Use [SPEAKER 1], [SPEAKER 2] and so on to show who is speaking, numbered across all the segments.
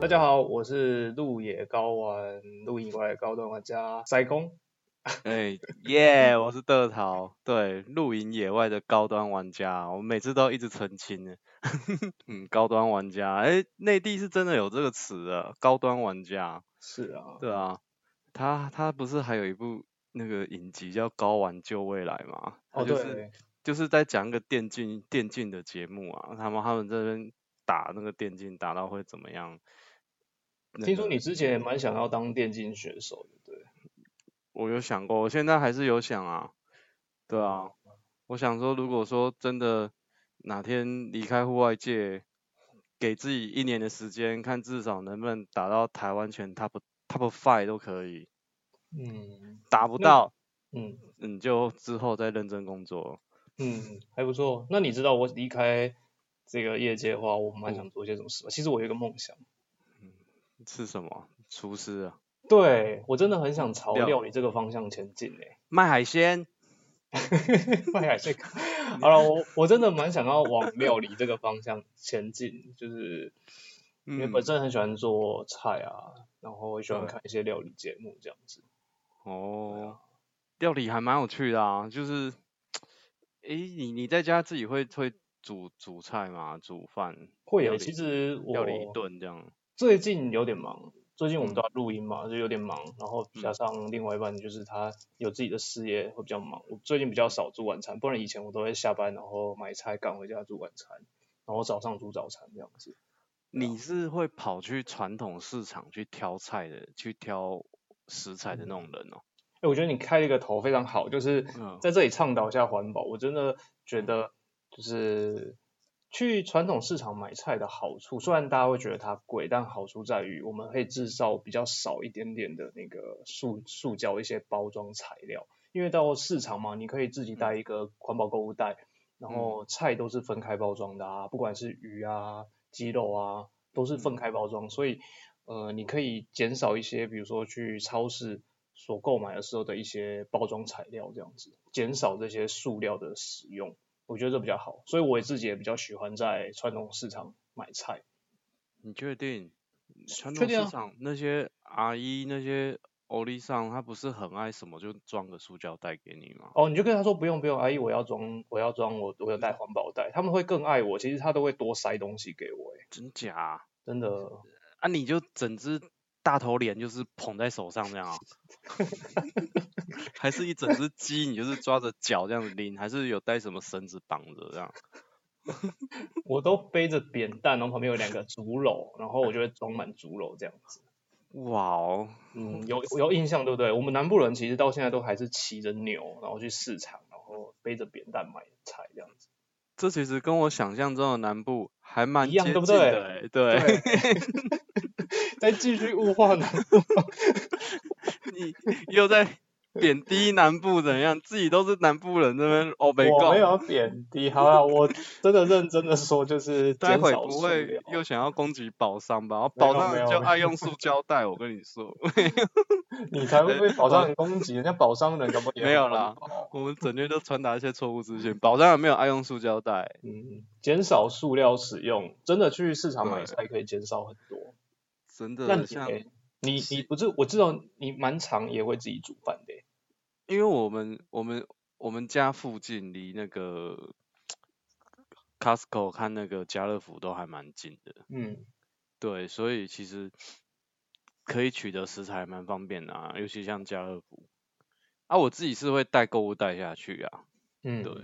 [SPEAKER 1] 大家好，我是路野高玩、路以外的高端玩家塞工。
[SPEAKER 2] 哎耶！我是德桃，对，露营野外的高端玩家，我每次都一直澄清呢。 嗯，高端玩家，哎，内地是真的有这个词的，高端玩家。
[SPEAKER 1] 是啊，
[SPEAKER 2] 对啊，他他不是还有一部那个影集叫《高玩救未来》吗？他
[SPEAKER 1] 哦
[SPEAKER 2] 就
[SPEAKER 1] 对，
[SPEAKER 2] 是就是在讲一个电竞电竞的节目啊，他们他们这边打那个电竞打到会怎么样？那
[SPEAKER 1] 听说
[SPEAKER 2] 个
[SPEAKER 1] 你之前也蛮想要当电竞选手的，对不对？
[SPEAKER 2] 我有想过，我现在还是有想啊，对啊，我想说，如果说真的哪天离开户外界，给自己一年的时间，看至少能不能打到台湾全 top top five 都可以，
[SPEAKER 1] 嗯
[SPEAKER 2] 打不
[SPEAKER 1] 那
[SPEAKER 2] 到
[SPEAKER 1] 嗯
[SPEAKER 2] 你就之后再认真工作。
[SPEAKER 1] 嗯，还不错。那你知道我离开这个业界的话，我蛮想做些什么事吗？其实我有一个梦想，
[SPEAKER 2] 是什么？厨师啊，
[SPEAKER 1] 对我真的很想朝
[SPEAKER 2] 料
[SPEAKER 1] 料理这个方向前进诶、
[SPEAKER 2] 卖海鲜。
[SPEAKER 1] 麦海这个， 好了，我我真的蛮想要往料理这个方向前进，就是因为
[SPEAKER 2] 嗯
[SPEAKER 1] 本身很喜欢做菜啊，然后也喜欢
[SPEAKER 2] 对
[SPEAKER 1] 看一些料理节目这样子。啊
[SPEAKER 2] 哦，料理还蛮有趣的啊，就是，诶，你你在家自己会会煮煮菜吗？煮饭？
[SPEAKER 1] 会
[SPEAKER 2] 料
[SPEAKER 1] 耶，
[SPEAKER 2] 理
[SPEAKER 1] 其实
[SPEAKER 2] 料理一
[SPEAKER 1] 我
[SPEAKER 2] 顿这样。
[SPEAKER 1] 最近有点忙，最近我们
[SPEAKER 2] 嗯
[SPEAKER 1] 都要录音嘛，就有点忙，然后
[SPEAKER 2] 嗯
[SPEAKER 1] 加上另外一半就是他有自己的事业会比较忙，我最近比较少煮晚餐，不然以前我都会下班然后买菜赶回家煮晚餐，然后早上煮早餐这样子。对啊
[SPEAKER 2] 你是会跑去传统市场去挑菜的，去挑食材的那种人哦。
[SPEAKER 1] 哎，我觉得你开了一个头非常好，就是
[SPEAKER 2] 嗯
[SPEAKER 1] 在这里倡导一下环保。我真的觉得，就是去传统市场买菜的好处，虽然大家会觉得它贵，但好处在于我们可以制造比较少一点点的那个塑塑胶一些包装材料。因为到市场嘛，你可以自己带一个环保购物袋，然后菜都是分开包装的啊，不管是鱼啊、鸡肉啊，都是分开包装，所以呃，你可以减少一些，比如说去超市所购买的时候的一些包装材料这样子，减少这些塑料的使用，我觉得这比较好。所以我也自己也比较喜欢在传统市场买菜。
[SPEAKER 2] 你确定？嗯传
[SPEAKER 1] 确
[SPEAKER 2] 统
[SPEAKER 1] 定
[SPEAKER 2] 市
[SPEAKER 1] 啊
[SPEAKER 2] 场那些阿姨那些欧丽桑，她不是很爱什么就装个塑胶袋给你吗？
[SPEAKER 1] 哦，你就跟他说不用不用，阿姨我要装我要装我我有带环保袋，他们会更爱我。其实他都会多塞东西给我，欸
[SPEAKER 2] 真假啊？
[SPEAKER 1] 真的。
[SPEAKER 2] 啊你就整只大头脸就是捧在手上这样啊、 还是一整只鸡，你就是抓着脚这样子拎，还是有带什么绳子绑着这样？
[SPEAKER 1] 我都背着扁担，然后旁边有两个竹篓，然后我就会装满竹篓这样子。
[SPEAKER 2] 哇哦，
[SPEAKER 1] 嗯，有有印象对不对？我们南部人其实到现在都还是骑着牛，然后去市场，然后背着扁担买菜这样子。
[SPEAKER 2] 这其实跟我想象中的南部还蛮
[SPEAKER 1] 一
[SPEAKER 2] 接
[SPEAKER 1] 样
[SPEAKER 2] 近
[SPEAKER 1] 对不
[SPEAKER 2] 的欸，对
[SPEAKER 1] 对， 再继续物化南部，
[SPEAKER 2] 你又在贬低南部怎样？自己都是南部人，这边哦北
[SPEAKER 1] 我没
[SPEAKER 2] 贡，
[SPEAKER 1] 有贬低。好了，我真的认真的说，就是
[SPEAKER 2] 待
[SPEAKER 1] 减
[SPEAKER 2] 会
[SPEAKER 1] 少
[SPEAKER 2] 不
[SPEAKER 1] 塑
[SPEAKER 2] 会
[SPEAKER 1] 料。
[SPEAKER 2] 又想要攻击宝商吧？
[SPEAKER 1] 没有
[SPEAKER 2] 宝商
[SPEAKER 1] 没
[SPEAKER 2] 人
[SPEAKER 1] 有
[SPEAKER 2] 就
[SPEAKER 1] 没
[SPEAKER 2] 爱用塑胶袋，我跟你说，
[SPEAKER 1] 你才会被宝商人攻击，人家宝商人搞 不好也
[SPEAKER 2] 没有
[SPEAKER 1] 很
[SPEAKER 2] 啦
[SPEAKER 1] 环保
[SPEAKER 2] 我们整天都传达一些错误资讯。宝商人没有爱用塑胶袋，
[SPEAKER 1] 嗯，减少塑料使用，真的去市场买
[SPEAKER 2] 对
[SPEAKER 1] 菜可以减少很多。
[SPEAKER 2] 真
[SPEAKER 1] 那
[SPEAKER 2] 的
[SPEAKER 1] 你
[SPEAKER 2] 像，
[SPEAKER 1] 嘞你你
[SPEAKER 2] 是
[SPEAKER 1] 不是我知道你蛮常也会自己煮饭的欸，
[SPEAKER 2] 因为我们我们我们家附近离那个 Costco 看那个家乐福都还蛮近的。
[SPEAKER 1] 嗯，
[SPEAKER 2] 对，所以其实可以取得食材还蛮方便的啊，尤其像家乐福。啊，我自己是会带购物袋下去啊，
[SPEAKER 1] 嗯，
[SPEAKER 2] 对，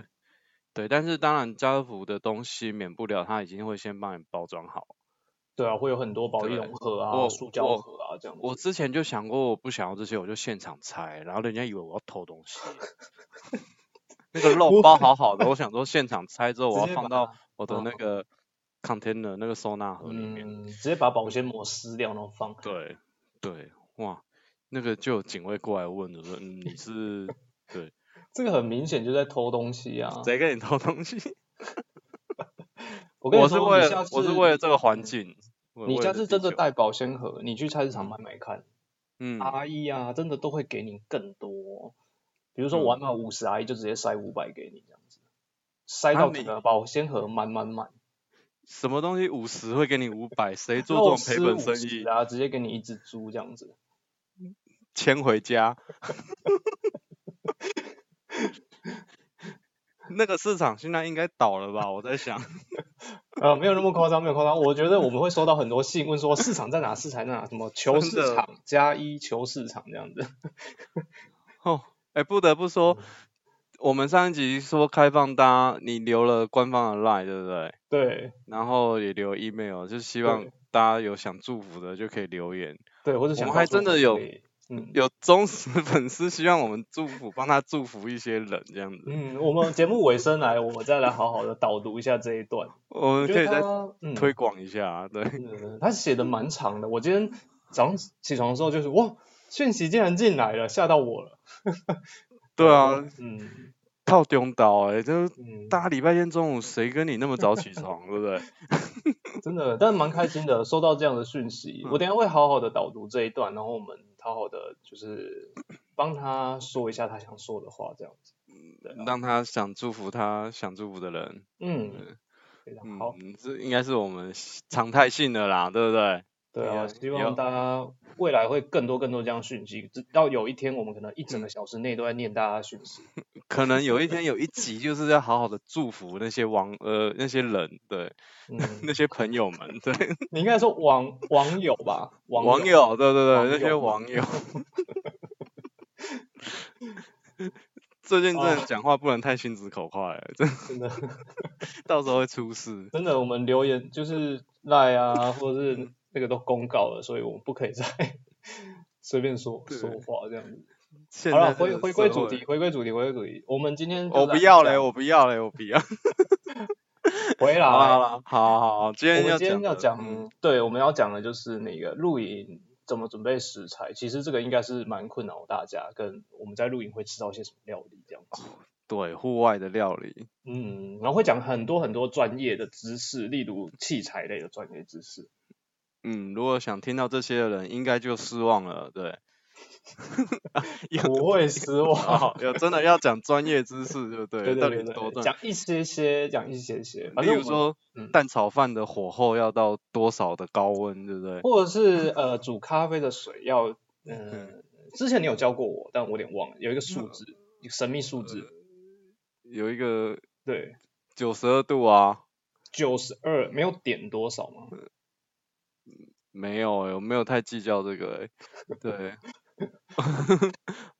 [SPEAKER 2] 对，但是当然家乐福的东西免不了它已经会先帮你包装好。
[SPEAKER 1] 对啊，会有很多保丽
[SPEAKER 2] 对
[SPEAKER 1] 龙盒啊、
[SPEAKER 2] 我
[SPEAKER 1] 塑胶
[SPEAKER 2] 我
[SPEAKER 1] 盒啊这样子。
[SPEAKER 2] 我之前就想过我不想要这些，我就现场拆，然后人家以为我要偷 东西。那个肉包好好的，我想说现场拆之后，我
[SPEAKER 1] 直接
[SPEAKER 2] 要放
[SPEAKER 1] 把
[SPEAKER 2] 到我的
[SPEAKER 1] 嗯
[SPEAKER 2] 那个 container 那个收纳盒里面。
[SPEAKER 1] 嗯，直接把保鲜膜撕掉然后放。
[SPEAKER 2] 对对，哇，那个就有警卫过来问我说：“嗯， 你是
[SPEAKER 1] 这个很明显就在偷东西啊！
[SPEAKER 2] 谁跟你偷东西？”
[SPEAKER 1] 我跟你
[SPEAKER 2] 我是
[SPEAKER 1] 说，
[SPEAKER 2] 为
[SPEAKER 1] 你下
[SPEAKER 2] 了
[SPEAKER 1] 次
[SPEAKER 2] 我是为了这个环
[SPEAKER 1] 嗯
[SPEAKER 2] 境，我
[SPEAKER 1] 你
[SPEAKER 2] 为
[SPEAKER 1] 下
[SPEAKER 2] 了
[SPEAKER 1] 次
[SPEAKER 2] 地
[SPEAKER 1] 真的
[SPEAKER 2] 球
[SPEAKER 1] 带保鲜盒，你去菜市场买买看，
[SPEAKER 2] 嗯
[SPEAKER 1] 阿姨啊，真的都会给你更多。比如说
[SPEAKER 2] 嗯
[SPEAKER 1] 我还买五十，阿姨就直接塞五百给你这样子，塞
[SPEAKER 2] 啊
[SPEAKER 1] 到
[SPEAKER 2] 你
[SPEAKER 1] 整个保鲜盒满满满。
[SPEAKER 2] 什么东西五十会给你五百，谁做
[SPEAKER 1] 肉
[SPEAKER 2] 这种赔
[SPEAKER 1] 丝
[SPEAKER 2] 本
[SPEAKER 1] 五
[SPEAKER 2] 生意
[SPEAKER 1] 十？啊，直接给你一只猪这样子，
[SPEAKER 2] 牵回家。 那个市场现在应该倒了吧？我在想，
[SPEAKER 1] 呃，没有那么夸张，没有夸张。我觉得我们会收到很多信，问说市场在哪，市场在哪，什么求
[SPEAKER 2] 真
[SPEAKER 1] 市
[SPEAKER 2] 的
[SPEAKER 1] 场加一求市场这样子。
[SPEAKER 2] 哦，哎，不得不说，
[SPEAKER 1] 嗯
[SPEAKER 2] 我们上一集说开放大家，你留了官方的 line，对不对？
[SPEAKER 1] 对
[SPEAKER 2] 然后也留 email，就是希望
[SPEAKER 1] 对
[SPEAKER 2] 大家有想祝福的就可以留言。
[SPEAKER 1] 对，或者
[SPEAKER 2] 我
[SPEAKER 1] 想
[SPEAKER 2] 们
[SPEAKER 1] 告
[SPEAKER 2] 还
[SPEAKER 1] 诉
[SPEAKER 2] 真的有
[SPEAKER 1] 可以，嗯
[SPEAKER 2] 有忠实粉丝 希望我们祝福，帮他祝福一些人这样子，
[SPEAKER 1] 嗯，我们节目尾声来，我们再来好好的导读一下这一段。
[SPEAKER 2] 我
[SPEAKER 1] 我
[SPEAKER 2] 们
[SPEAKER 1] 觉
[SPEAKER 2] 可以
[SPEAKER 1] 得
[SPEAKER 2] 再
[SPEAKER 1] 他嗯，
[SPEAKER 2] 推广一下啊。 对，
[SPEAKER 1] 嗯，他写的蛮长的。我今天早上起床的时候就是哇，讯息竟然进来了，吓到我了。
[SPEAKER 2] 对啊，，
[SPEAKER 1] 嗯
[SPEAKER 2] 靠中岛哎、就是
[SPEAKER 1] 嗯，
[SPEAKER 2] 大家礼拜天中午谁跟你那么早 起床，对不对？
[SPEAKER 1] 真的，但蛮开心的，收到这样的讯
[SPEAKER 2] 嗯
[SPEAKER 1] 息。我等一下会好好的导读这一段，然后我们好好的就是帮他说一下他想说的话，这样子。对啊
[SPEAKER 2] 让他想祝福他想祝福的人，
[SPEAKER 1] 嗯，非常好。
[SPEAKER 2] 嗯，这应该是我们常态性的啦，对不对？
[SPEAKER 1] 对啊，
[SPEAKER 2] 对啊
[SPEAKER 1] 希
[SPEAKER 2] 有
[SPEAKER 1] 望大家未来会更多更多这样讯息，直到有一天我们可能一
[SPEAKER 2] 嗯
[SPEAKER 1] 整个小时内都在念大家的讯 息。
[SPEAKER 2] 可能有一天有一集就是要好好的祝福那些网呃那些人，对，
[SPEAKER 1] 嗯，
[SPEAKER 2] 那些朋友们，对，
[SPEAKER 1] 你应该说网网友吧，网
[SPEAKER 2] 网友，对对
[SPEAKER 1] 网
[SPEAKER 2] 对，那些
[SPEAKER 1] 友
[SPEAKER 2] 网友。 最近真的
[SPEAKER 1] 啊
[SPEAKER 2] 讲话不能太心直口快 了，这
[SPEAKER 1] 真的。
[SPEAKER 2] 到时候会出事。
[SPEAKER 1] 真的，我们留言就是赖啊，或者是那个都公告了，所以我们不可以再 随便说
[SPEAKER 2] 对
[SPEAKER 1] 说话这样子。
[SPEAKER 2] 现
[SPEAKER 1] 好了，
[SPEAKER 2] 在这
[SPEAKER 1] 回
[SPEAKER 2] 个
[SPEAKER 1] 回
[SPEAKER 2] 社
[SPEAKER 1] 归主
[SPEAKER 2] 会
[SPEAKER 1] 题，，回归主题，回归主题。我们今天就
[SPEAKER 2] 我
[SPEAKER 1] 来
[SPEAKER 2] 不要
[SPEAKER 1] 讲
[SPEAKER 2] 嘞，我不要嘞，我 不要。
[SPEAKER 1] 回来。
[SPEAKER 2] 好了好了，好好好，今
[SPEAKER 1] 我
[SPEAKER 2] 天
[SPEAKER 1] 们
[SPEAKER 2] 要
[SPEAKER 1] 今天要
[SPEAKER 2] 的
[SPEAKER 1] 讲，
[SPEAKER 2] 嗯
[SPEAKER 1] 对，我们要讲的就是那个露营怎么准备食材。其实这个应该是蛮困扰大家，跟我们在露营会吃到一些什么料理这样子。
[SPEAKER 2] 对户外的料理，
[SPEAKER 1] 嗯，然后会讲很多很多专业的知识，例如器材类的专业知识。
[SPEAKER 2] 嗯，如果想听到这些的人，应该就失望了，对。
[SPEAKER 1] 不会失望。
[SPEAKER 2] 哦，有真的要讲专业知识，对不对？
[SPEAKER 1] 对
[SPEAKER 2] 到
[SPEAKER 1] 对
[SPEAKER 2] 底
[SPEAKER 1] 对
[SPEAKER 2] 是
[SPEAKER 1] 对
[SPEAKER 2] 多
[SPEAKER 1] 对，
[SPEAKER 2] 专
[SPEAKER 1] 讲一些些，讲一些些，反
[SPEAKER 2] 例
[SPEAKER 1] 正
[SPEAKER 2] 如
[SPEAKER 1] 我们，
[SPEAKER 2] 说
[SPEAKER 1] 嗯
[SPEAKER 2] 蛋炒饭的火候要到多少的高温，对不对？
[SPEAKER 1] 或者是呃煮咖啡的水要，嗯、
[SPEAKER 2] 嗯
[SPEAKER 1] 之前你有教过我，但我有点忘了，有一个数字，一个神秘数字，
[SPEAKER 2] 嗯有一个
[SPEAKER 1] 对，
[SPEAKER 2] 九十二度啊，
[SPEAKER 1] 九十二，没有点多少吗？
[SPEAKER 2] 嗯没有欸、我没有太计较这个、欸，对，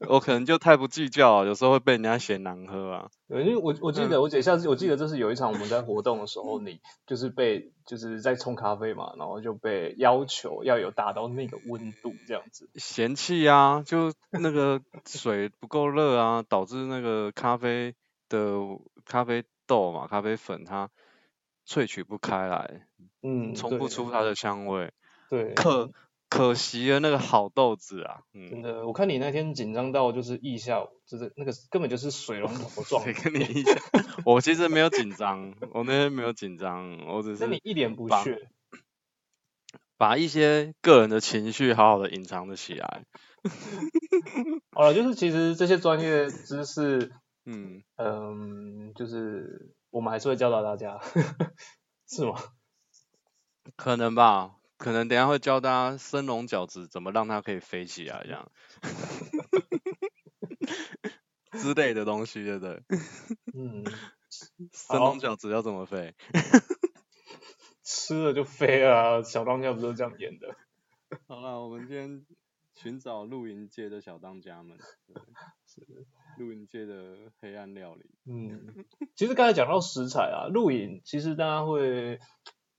[SPEAKER 2] 我可能就太不计较啊，有时候会被人家嫌难喝啊。
[SPEAKER 1] 对，因为我我记
[SPEAKER 2] 嗯
[SPEAKER 1] 得，我姐下次我记得这是有一场我们在活动的时候，你就是被就是在冲咖啡嘛，然后就被要求要有达到那个温度这样子，
[SPEAKER 2] 嫌弃啊，就那个水不够热啊，导致那个咖啡的咖啡豆嘛，咖啡粉它萃取不开来，
[SPEAKER 1] 嗯，
[SPEAKER 2] 冲不
[SPEAKER 1] 对
[SPEAKER 2] 出它的香味，
[SPEAKER 1] 对，
[SPEAKER 2] 可可惜了那个好豆子啊，嗯
[SPEAKER 1] 真，的，我看你那天紧张到就是腋下，就是那个根本就是水龙头状
[SPEAKER 2] 谁跟你一样？ 我其实没有紧张，我那天没有紧张，我只
[SPEAKER 1] 那你
[SPEAKER 2] 是
[SPEAKER 1] 一脸不
[SPEAKER 2] 吧
[SPEAKER 1] 屑，
[SPEAKER 2] 把一些个人的情绪好好的隐藏了起来。
[SPEAKER 1] 好了，就是其实这些专业知识，
[SPEAKER 2] 嗯，
[SPEAKER 1] 嗯，就是我们还是会教导大家， 是吗？
[SPEAKER 2] 可能吧，可能等一下会教大家生龙饺子怎么让它可以飞起来，这样 之类的东西，对不对？
[SPEAKER 1] 嗯，
[SPEAKER 2] 生
[SPEAKER 1] 好
[SPEAKER 2] 龙饺子要怎么飞？
[SPEAKER 1] 吃了就飞啊，小当家不就是这样演的？
[SPEAKER 2] 好了，我们今天寻找露营界的小当家 们，对露营界的黑暗料理。
[SPEAKER 1] 嗯，其实刚才讲到食材啊，露营，其实大家会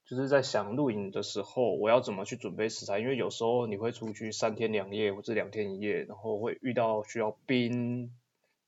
[SPEAKER 1] 就是在想露营的时候，我要怎么去准备食材？因为有时候你会出去三天两夜或者两天一夜，然后会遇到需要冰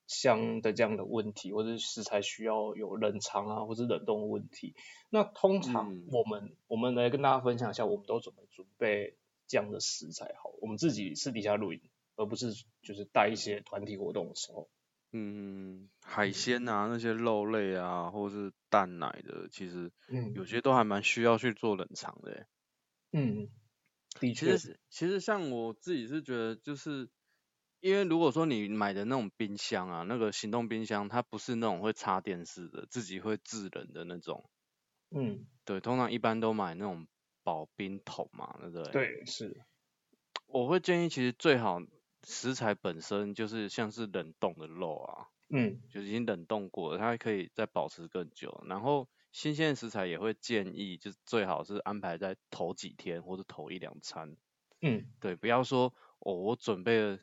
[SPEAKER 1] 箱的这样的问题，或者是食材需要有冷藏啊，或者冷冻的问题。那通常
[SPEAKER 2] 嗯
[SPEAKER 1] 我们、我们来跟大家分享一下，我们都怎么准备这样的食材好了，我们自己私底下露营，而不是就是带一些团体活动的时候。
[SPEAKER 2] 嗯，海鲜啊，那些肉类啊，或是蛋奶的，其实
[SPEAKER 1] 嗯
[SPEAKER 2] 有些都还蛮需要去做冷藏的欸。
[SPEAKER 1] 嗯，的
[SPEAKER 2] 其
[SPEAKER 1] 确
[SPEAKER 2] 实，是其实像我自己是觉得，就是因为如果说你买的那种冰箱啊，那个行动冰箱，它不是那种会插电式的，自己会制冷的那种，
[SPEAKER 1] 嗯，
[SPEAKER 2] 对，通常一般都买那种保冰桶嘛，对不对？，
[SPEAKER 1] 对，是，
[SPEAKER 2] 我会建议其实最好食材本身就是像是冷冻的肉啊，
[SPEAKER 1] 嗯
[SPEAKER 2] 就是已经冷冻过了，它可以再保持更久。然后新鲜的食材也会建议，就是最好是安排在头几天或者头一两餐，
[SPEAKER 1] 嗯
[SPEAKER 2] 对，不要说哦，我准备了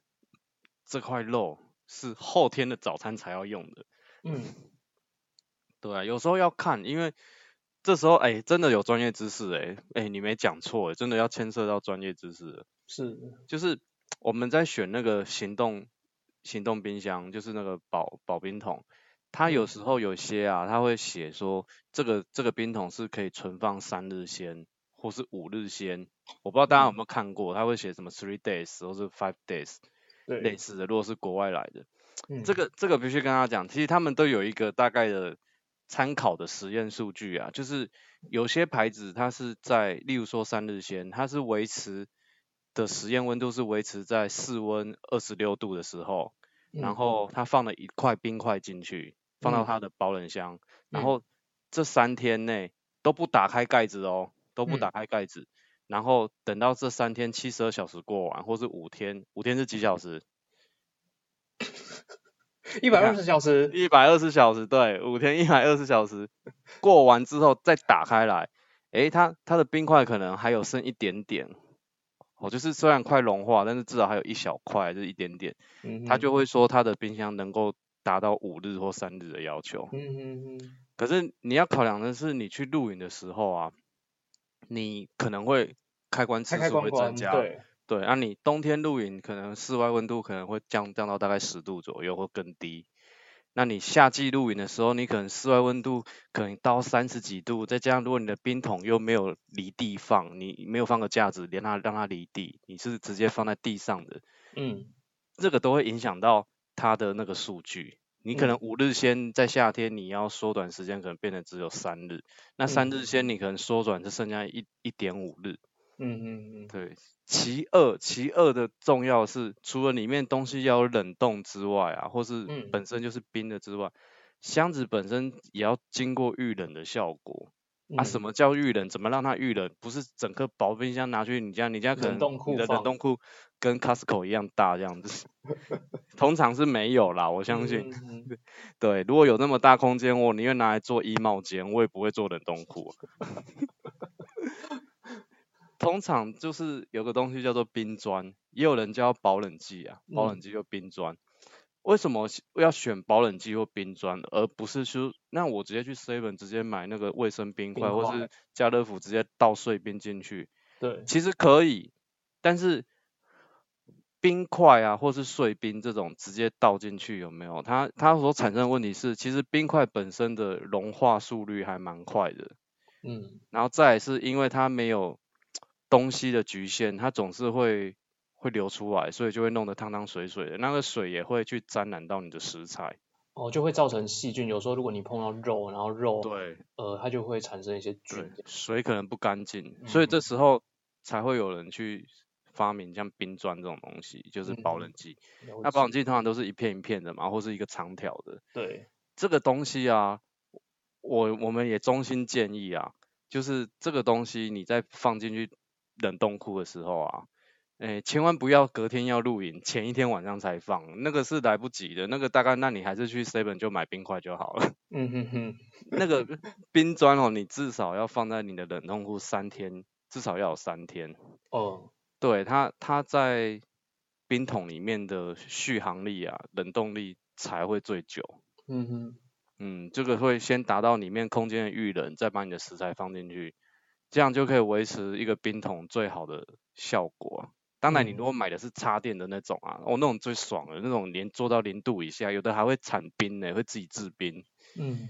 [SPEAKER 2] 这块肉是后天的早餐才要用的，
[SPEAKER 1] 嗯，
[SPEAKER 2] 对啊，有时候要看，因为这时候哎、真的有专业知识哎、哎、你没讲错、哎真的要牵涉到专业知识了
[SPEAKER 1] 是，
[SPEAKER 2] 就是我们在选那个行动行动冰箱，就是那个保保冰桶，它有时候有些啊，它会写说这个这个冰桶是可以存放三日鲜或是五日鲜，我不知道大家有没有看过，它会写什么 three days 或是 five days 类
[SPEAKER 1] 对，
[SPEAKER 2] 似的，如果是国外来的，
[SPEAKER 1] 嗯
[SPEAKER 2] 这个这个必须跟他讲，其实他们都有一个大概的参考的实验数据啊，就是有些牌子它是在，例如说三日鲜，它是维持的实验温度是维持在室温二十六度的时候，然
[SPEAKER 1] 嗯
[SPEAKER 2] 后它放了一块冰块进去，放到
[SPEAKER 1] 嗯
[SPEAKER 2] 它的保冷箱，
[SPEAKER 1] 嗯
[SPEAKER 2] 然后这三天内都不打开盖子哦，都不
[SPEAKER 1] 嗯
[SPEAKER 2] 打开盖子。然后等到这三天七十二小时过完，或是五天，五天是几小时？
[SPEAKER 1] 一百二
[SPEAKER 2] 看
[SPEAKER 1] 十小时，
[SPEAKER 2] 一百二十小时，对，五天一百二十小时过完之后再打开来，诶，它它的冰块可能还有剩一点点，哦，就是虽然快融化，但是至少还有一小块，就是一点点，
[SPEAKER 1] 嗯
[SPEAKER 2] 它
[SPEAKER 1] 哼
[SPEAKER 2] 就会说它的冰箱能够达到五日或三日的要求。
[SPEAKER 1] 嗯哼哼，
[SPEAKER 2] 可是你要考量的是，你去露营的时候啊，你可能会开关次
[SPEAKER 1] 开开
[SPEAKER 2] 数
[SPEAKER 1] 关
[SPEAKER 2] 会增
[SPEAKER 1] 关，
[SPEAKER 2] 加，
[SPEAKER 1] 对，
[SPEAKER 2] 对，那、你冬天露营可能室外温度可能会降降到大概十度左右或更低。那你夏季露营的时候，你可能室外温度可能到三十几度，再加上如果你的冰桶又没有离地放，你没有放个架子，连它让它离地，你是直接放在地上的，
[SPEAKER 1] 嗯
[SPEAKER 2] 这个都会影响到它的那个数据。你可能
[SPEAKER 1] 嗯
[SPEAKER 2] 五日鲜在夏天你要缩短时间，可能变成只有三日，那三日鲜你可能缩短是剩下一一点五日。
[SPEAKER 1] 嗯嗯嗯，
[SPEAKER 2] 对，其二，其二的重要是，除了里面东西要有冷冻之外啊，或是
[SPEAKER 1] 嗯
[SPEAKER 2] 本身就是冰的之外，箱子本身也要经过预冷的效果。啊，什
[SPEAKER 1] 嗯
[SPEAKER 2] 么叫预冷？怎么让它预冷？不是整个薄冰箱拿去你家，你家可
[SPEAKER 1] 冷
[SPEAKER 2] 能
[SPEAKER 1] 冻
[SPEAKER 2] 你
[SPEAKER 1] 库
[SPEAKER 2] 的冷
[SPEAKER 1] 放
[SPEAKER 2] 冻库跟 Costco 一样大这样 子，通常是没有啦，我相信。
[SPEAKER 1] 嗯嗯嗯
[SPEAKER 2] 对，如果有那么大空间，我宁愿拿来做衣帽间，我也不会做冷冻库。通常就是有个东西叫做冰砖，也有人叫保冷剂啊，保冷
[SPEAKER 1] 嗯
[SPEAKER 2] 剂就冰砖。为什么是要选保冷剂或冰砖，而不是说那我直接去 Seven 直接买那个卫生冰
[SPEAKER 1] 冰
[SPEAKER 2] 块，或
[SPEAKER 1] 块
[SPEAKER 2] 是家乐福直接倒碎冰进去？
[SPEAKER 1] 对，
[SPEAKER 2] 其实可以，但是冰块啊，或是碎冰这种直接倒进去有没有？它它所产生的问题是，其实冰块本身的融化速率还蛮快的，
[SPEAKER 1] 嗯
[SPEAKER 2] 然后再来是因为它没有东西的局限，它总是会会流出来，所以就会弄得汤汤水水的，那个水也会去沾染到你的食材。
[SPEAKER 1] 哦，就会造成细菌。有时候如果你碰到肉，然后肉
[SPEAKER 2] 对
[SPEAKER 1] 呃，它就会产生一些
[SPEAKER 2] 对
[SPEAKER 1] 菌。，
[SPEAKER 2] 水可能不干净，所以这时候才会有人去发明像冰砖这种东西，就是保冷
[SPEAKER 1] 嗯
[SPEAKER 2] 剂。
[SPEAKER 1] 了
[SPEAKER 2] 那保
[SPEAKER 1] 解
[SPEAKER 2] 冷剂通常都是一片一片的嘛，或是一个长条的。
[SPEAKER 1] 对，
[SPEAKER 2] 这个东西啊，我我们也衷心建议啊，就是这个东西你在放进去冷冻库的时候啊，哎，千万不要隔天要露营，前一天晚上才放，那个是来不及的。那个大概，那你还是去 Seven 就买冰块就好了。
[SPEAKER 1] 嗯哼哼，
[SPEAKER 2] 那个冰砖哦，你至少要放在你的冷冻库三天，至少要有三天。
[SPEAKER 1] 哦，
[SPEAKER 2] 对它，它在冰桶里面的续航力啊，冷冻力才会最久。
[SPEAKER 1] 嗯哼，
[SPEAKER 2] 嗯，这个会先达到里面空间的预冷，再把你的食材放进去，这样就可以维持一个冰桶最好的效果。啊当然，你
[SPEAKER 1] 嗯
[SPEAKER 2] 如果买的是插电的那种啊，哦，那种最爽了，那种连做到零度以下，有的还会产冰呢，会自己制冰。
[SPEAKER 1] 嗯，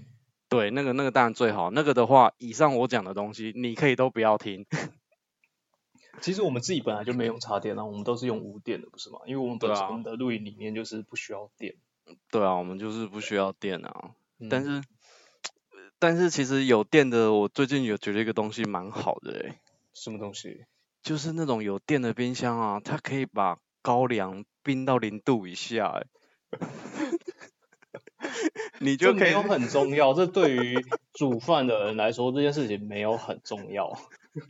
[SPEAKER 2] 对，那个那个当然最好。那个的话，以上我讲的东西，你可以都不要听。
[SPEAKER 1] 其实我们自己本来就没用插电啊，我们都是用无电的，不是吗？因为我们
[SPEAKER 2] 对
[SPEAKER 1] 本
[SPEAKER 2] 啊
[SPEAKER 1] 身的露营理念就是不需要电。
[SPEAKER 2] 对啊，我们就是不需要电啊。但
[SPEAKER 1] 嗯，
[SPEAKER 2] 是，但是其实有电的，我最近有觉得一个东西蛮好的诶、
[SPEAKER 1] 什么东西？
[SPEAKER 2] 就是那种有电的冰箱啊，它可以把高粱冰到零度以下、欸。 你
[SPEAKER 1] 这
[SPEAKER 2] 就可
[SPEAKER 1] 没
[SPEAKER 2] 以
[SPEAKER 1] 有很重要，这对于煮饭的人来说，这件事情没有很重 要。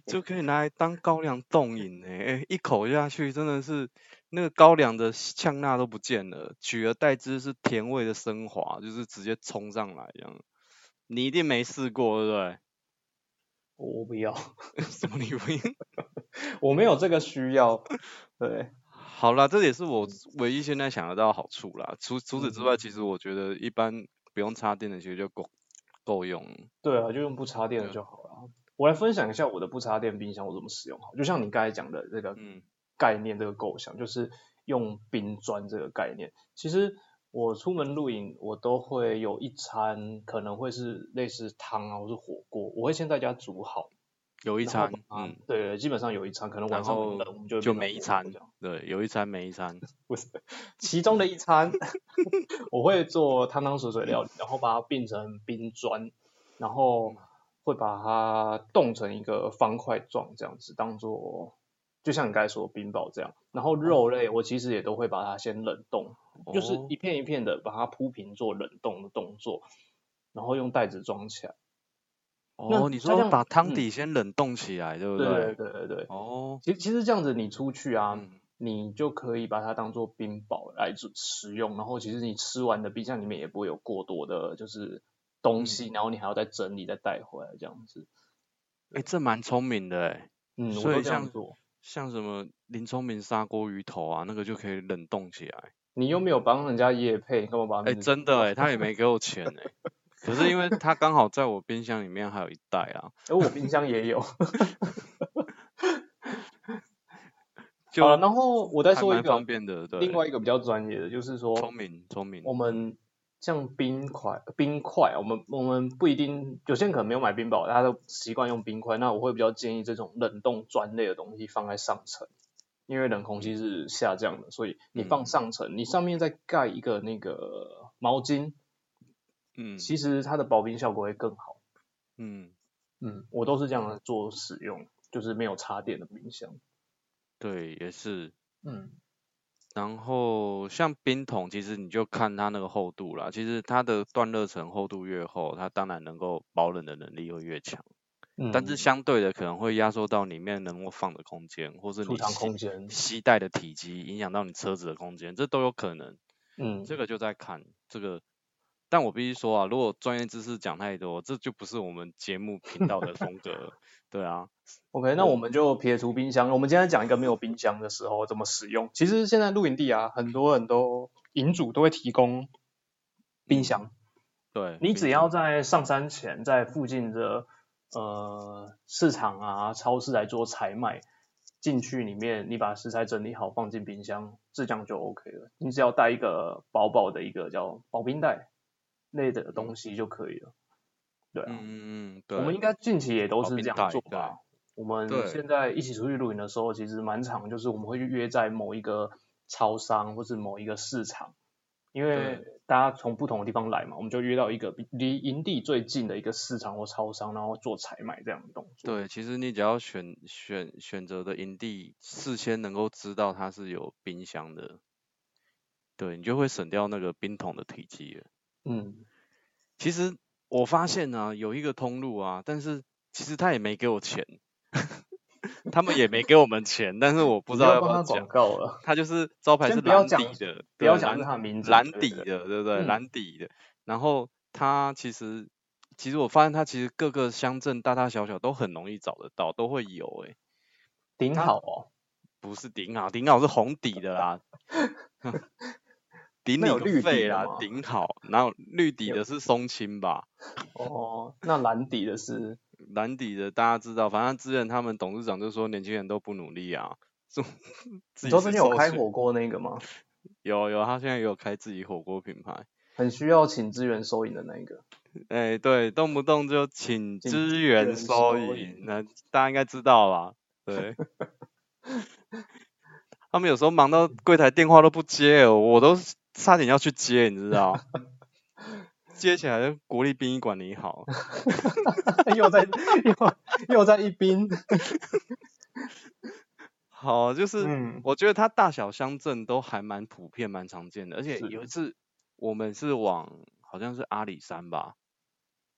[SPEAKER 2] 就可以拿来当高粱冻饮呢、欸一口下去真的是那个高粱的呛辣都不见了，取而代之是甜味的升华，就是直接冲上来这样。你一定没试过，对
[SPEAKER 1] 我我不要，
[SPEAKER 2] 不对？ 什么你不一定
[SPEAKER 1] 我没有这个需要。对，
[SPEAKER 2] 好啦，这也是我唯一现在想得到的好处啦。除除此之
[SPEAKER 1] 嗯
[SPEAKER 2] 外，其实我觉得一般不用插电的其实就够够用了。
[SPEAKER 1] 对啊，就用不插
[SPEAKER 2] 嗯
[SPEAKER 1] 电的就好了。啊我来分享一下我的不插电冰箱我怎么使用好，就像你刚才讲的这个
[SPEAKER 2] 嗯
[SPEAKER 1] 概念这个构想，就是用冰砖这个概念。其实我出门露营，我都会有一餐可能会是类似汤啊，或是火锅，我会先在家煮好。
[SPEAKER 2] 有一
[SPEAKER 1] 然后
[SPEAKER 2] 餐，
[SPEAKER 1] 把它
[SPEAKER 2] 嗯，，
[SPEAKER 1] 对，基本上有一餐，可能晚
[SPEAKER 2] 然
[SPEAKER 1] 上很
[SPEAKER 2] 后
[SPEAKER 1] 冷，我们就会
[SPEAKER 2] 就
[SPEAKER 1] 变成
[SPEAKER 2] 没一
[SPEAKER 1] 火锅
[SPEAKER 2] 餐
[SPEAKER 1] 这样，
[SPEAKER 2] 对，有一餐没一餐，
[SPEAKER 1] 不是，其中的一餐 我会做汤汤水水料理，然后把它变成冰砖，然后会把它冻成一个方块状这样子，当做就像你刚才说的冰雹这样。然后肉类我其实也都会把它先冷冻， 就是
[SPEAKER 2] 哦
[SPEAKER 1] 一片一片的把它铺平做冷冻的动作，然后用袋子装起来。那
[SPEAKER 2] 哦，你
[SPEAKER 1] 它这
[SPEAKER 2] 说
[SPEAKER 1] 样
[SPEAKER 2] 把汤
[SPEAKER 1] 嗯
[SPEAKER 2] 底先冷冻起来，对不
[SPEAKER 1] 对对对对对。
[SPEAKER 2] 哦，
[SPEAKER 1] 其实其实这样子你出去啊，
[SPEAKER 2] 嗯，
[SPEAKER 1] 你就可以把它当做冰雹来吃食用，然后其实你吃完的冰箱里面也不会有过多的就是东西，
[SPEAKER 2] 嗯
[SPEAKER 1] 然后你还要再整理再带回来这样子。
[SPEAKER 2] 哎、这蛮聪明的哎，
[SPEAKER 1] 嗯，我
[SPEAKER 2] 所
[SPEAKER 1] 都
[SPEAKER 2] 以
[SPEAKER 1] 这样
[SPEAKER 2] 像
[SPEAKER 1] 做。
[SPEAKER 2] 像什么林聪明砂锅鱼头啊，那个就可以冷冻起来。
[SPEAKER 1] 你又没有帮人家夜配，你干嘛把
[SPEAKER 2] 哎、
[SPEAKER 1] 名字
[SPEAKER 2] 真的哎，他也没给我钱哎，可是因为他刚好在我冰箱里面还有一袋啊，
[SPEAKER 1] 哎，我冰箱也有。
[SPEAKER 2] 就
[SPEAKER 1] 好了，然后我再
[SPEAKER 2] 还
[SPEAKER 1] 说一
[SPEAKER 2] 蛮方
[SPEAKER 1] 个
[SPEAKER 2] 便的，对，
[SPEAKER 1] 另外一个比较专业的，就是说
[SPEAKER 2] 聪明聪明，
[SPEAKER 1] 我们像冰块，冰块，我们我们不一定，有些人可能没有买冰雹，他都习惯用冰块。那我会比较建议这种冷冻砖类的东西放在上层，因为冷空气是下降的，所以你放
[SPEAKER 2] 嗯
[SPEAKER 1] 上层，你上面再盖一个那个毛巾，
[SPEAKER 2] 嗯
[SPEAKER 1] 其实它的保冰效果会更好。
[SPEAKER 2] 嗯，
[SPEAKER 1] 嗯，我都是这样做使用，就是没有插电的冰箱。
[SPEAKER 2] 对，也是。
[SPEAKER 1] 嗯，
[SPEAKER 2] 然后像冰桶，其实你就看它那个厚度啦。其实它的断热层厚度越厚，它当然能够保冷的能力会越强，但是
[SPEAKER 1] 嗯
[SPEAKER 2] 相对的可能会压缩到里面能够放的空间，或是
[SPEAKER 1] 储
[SPEAKER 2] 你
[SPEAKER 1] 藏
[SPEAKER 2] 吸
[SPEAKER 1] 空间，
[SPEAKER 2] 吸带的体积，影响到你车子的空间，这都有可能。
[SPEAKER 1] 嗯，
[SPEAKER 2] 这个就在看这个，但我必须说啊，如果专业知识讲太多，这就不是我们节目频道的风格了。对啊，
[SPEAKER 1] OK，那
[SPEAKER 2] 我
[SPEAKER 1] 我们就撇除冰箱，我们今天讲一个没有冰箱的时候怎么使用。其实现在露营地啊，很多人都营主都会提供冰箱，
[SPEAKER 2] 对，
[SPEAKER 1] 你
[SPEAKER 2] 嗯冰
[SPEAKER 1] 只
[SPEAKER 2] 箱
[SPEAKER 1] 要在上山前在附近的呃市场啊、超市来做采买，进去里面你把食材整理好放进冰箱，这样就 OK 了。你只要带一个薄薄的一个叫保冰袋类的东西就可以了。对啊，
[SPEAKER 2] 嗯嗯嗯，对，
[SPEAKER 1] 我们应该近期也都
[SPEAKER 2] 保
[SPEAKER 1] 是
[SPEAKER 2] 冰
[SPEAKER 1] 这样
[SPEAKER 2] 袋
[SPEAKER 1] 做
[SPEAKER 2] 对
[SPEAKER 1] 吧。我们
[SPEAKER 2] 对
[SPEAKER 1] 现在一起出去露营的时候，其实蛮常就是我们会去约在某一个超商或是某一个市场，因为大家从不同的地方来嘛，我们就约到一个比离营地最近的一个市场或超商，然后做采买这样的动作。
[SPEAKER 2] 对，其实你只要选选选择的营地，事先能够知道它是有冰箱的，对你就会省掉那个冰桶的体积了。
[SPEAKER 1] 嗯，
[SPEAKER 2] 其实我发现呢、啊，有一个通路啊，但是其实他也没给我钱， 他们也没给我们钱，但是我不
[SPEAKER 1] 你
[SPEAKER 2] 知道
[SPEAKER 1] 要
[SPEAKER 2] 要不
[SPEAKER 1] 帮
[SPEAKER 2] 要
[SPEAKER 1] 他广
[SPEAKER 2] 讲。
[SPEAKER 1] 告了，
[SPEAKER 2] 他就是招牌
[SPEAKER 1] 先
[SPEAKER 2] 是
[SPEAKER 1] 不要
[SPEAKER 2] 蓝
[SPEAKER 1] 讲
[SPEAKER 2] 底的，
[SPEAKER 1] 不要
[SPEAKER 2] 对
[SPEAKER 1] 讲
[SPEAKER 2] 蓝
[SPEAKER 1] 是他的名字。
[SPEAKER 2] 蓝
[SPEAKER 1] 对
[SPEAKER 2] 底，
[SPEAKER 1] 对
[SPEAKER 2] 的，对不对？
[SPEAKER 1] 嗯
[SPEAKER 2] 蓝底的。然后它其实，其实我发现它其实各个乡镇大大小小都很容易找得到，都会有诶、
[SPEAKER 1] 顶
[SPEAKER 2] 他
[SPEAKER 1] 好哦，
[SPEAKER 2] 不是顶好，顶好是红底的啦， 顶
[SPEAKER 1] 那
[SPEAKER 2] 你
[SPEAKER 1] 有绿底
[SPEAKER 2] 个肺
[SPEAKER 1] 的
[SPEAKER 2] 啦
[SPEAKER 1] 吗，
[SPEAKER 2] 顶好，然后绿底
[SPEAKER 1] 有
[SPEAKER 2] 的是松青吧，
[SPEAKER 1] 哦，那蓝底的是
[SPEAKER 2] 蓝底的大家知道，反正之前他们董事长就说年轻人都不努力啊， 就自
[SPEAKER 1] 你
[SPEAKER 2] 己
[SPEAKER 1] 说
[SPEAKER 2] 去
[SPEAKER 1] 最近有
[SPEAKER 2] 收
[SPEAKER 1] 开
[SPEAKER 2] 钱
[SPEAKER 1] 火锅那个 吗？
[SPEAKER 2] 有有，他现在也有开自己火锅品牌。
[SPEAKER 1] 很需要请支援收银的那一个。
[SPEAKER 2] 哎，对，动不动就请
[SPEAKER 1] 请
[SPEAKER 2] 支
[SPEAKER 1] 支
[SPEAKER 2] 援
[SPEAKER 1] 援收
[SPEAKER 2] 收银
[SPEAKER 1] 银，
[SPEAKER 2] 那大家应该知道吧？对， 他们有时候忙到柜台电话都不接，我都是差点要去接，你知道？接起来就国立殡仪馆你好，
[SPEAKER 1] 又在 又又在一冰，
[SPEAKER 2] 好，就是
[SPEAKER 1] 嗯，
[SPEAKER 2] 我觉得它大小乡镇都还蛮普遍、蛮常见的，而且
[SPEAKER 1] 是
[SPEAKER 2] 有一次我们是往好像是阿里山吧，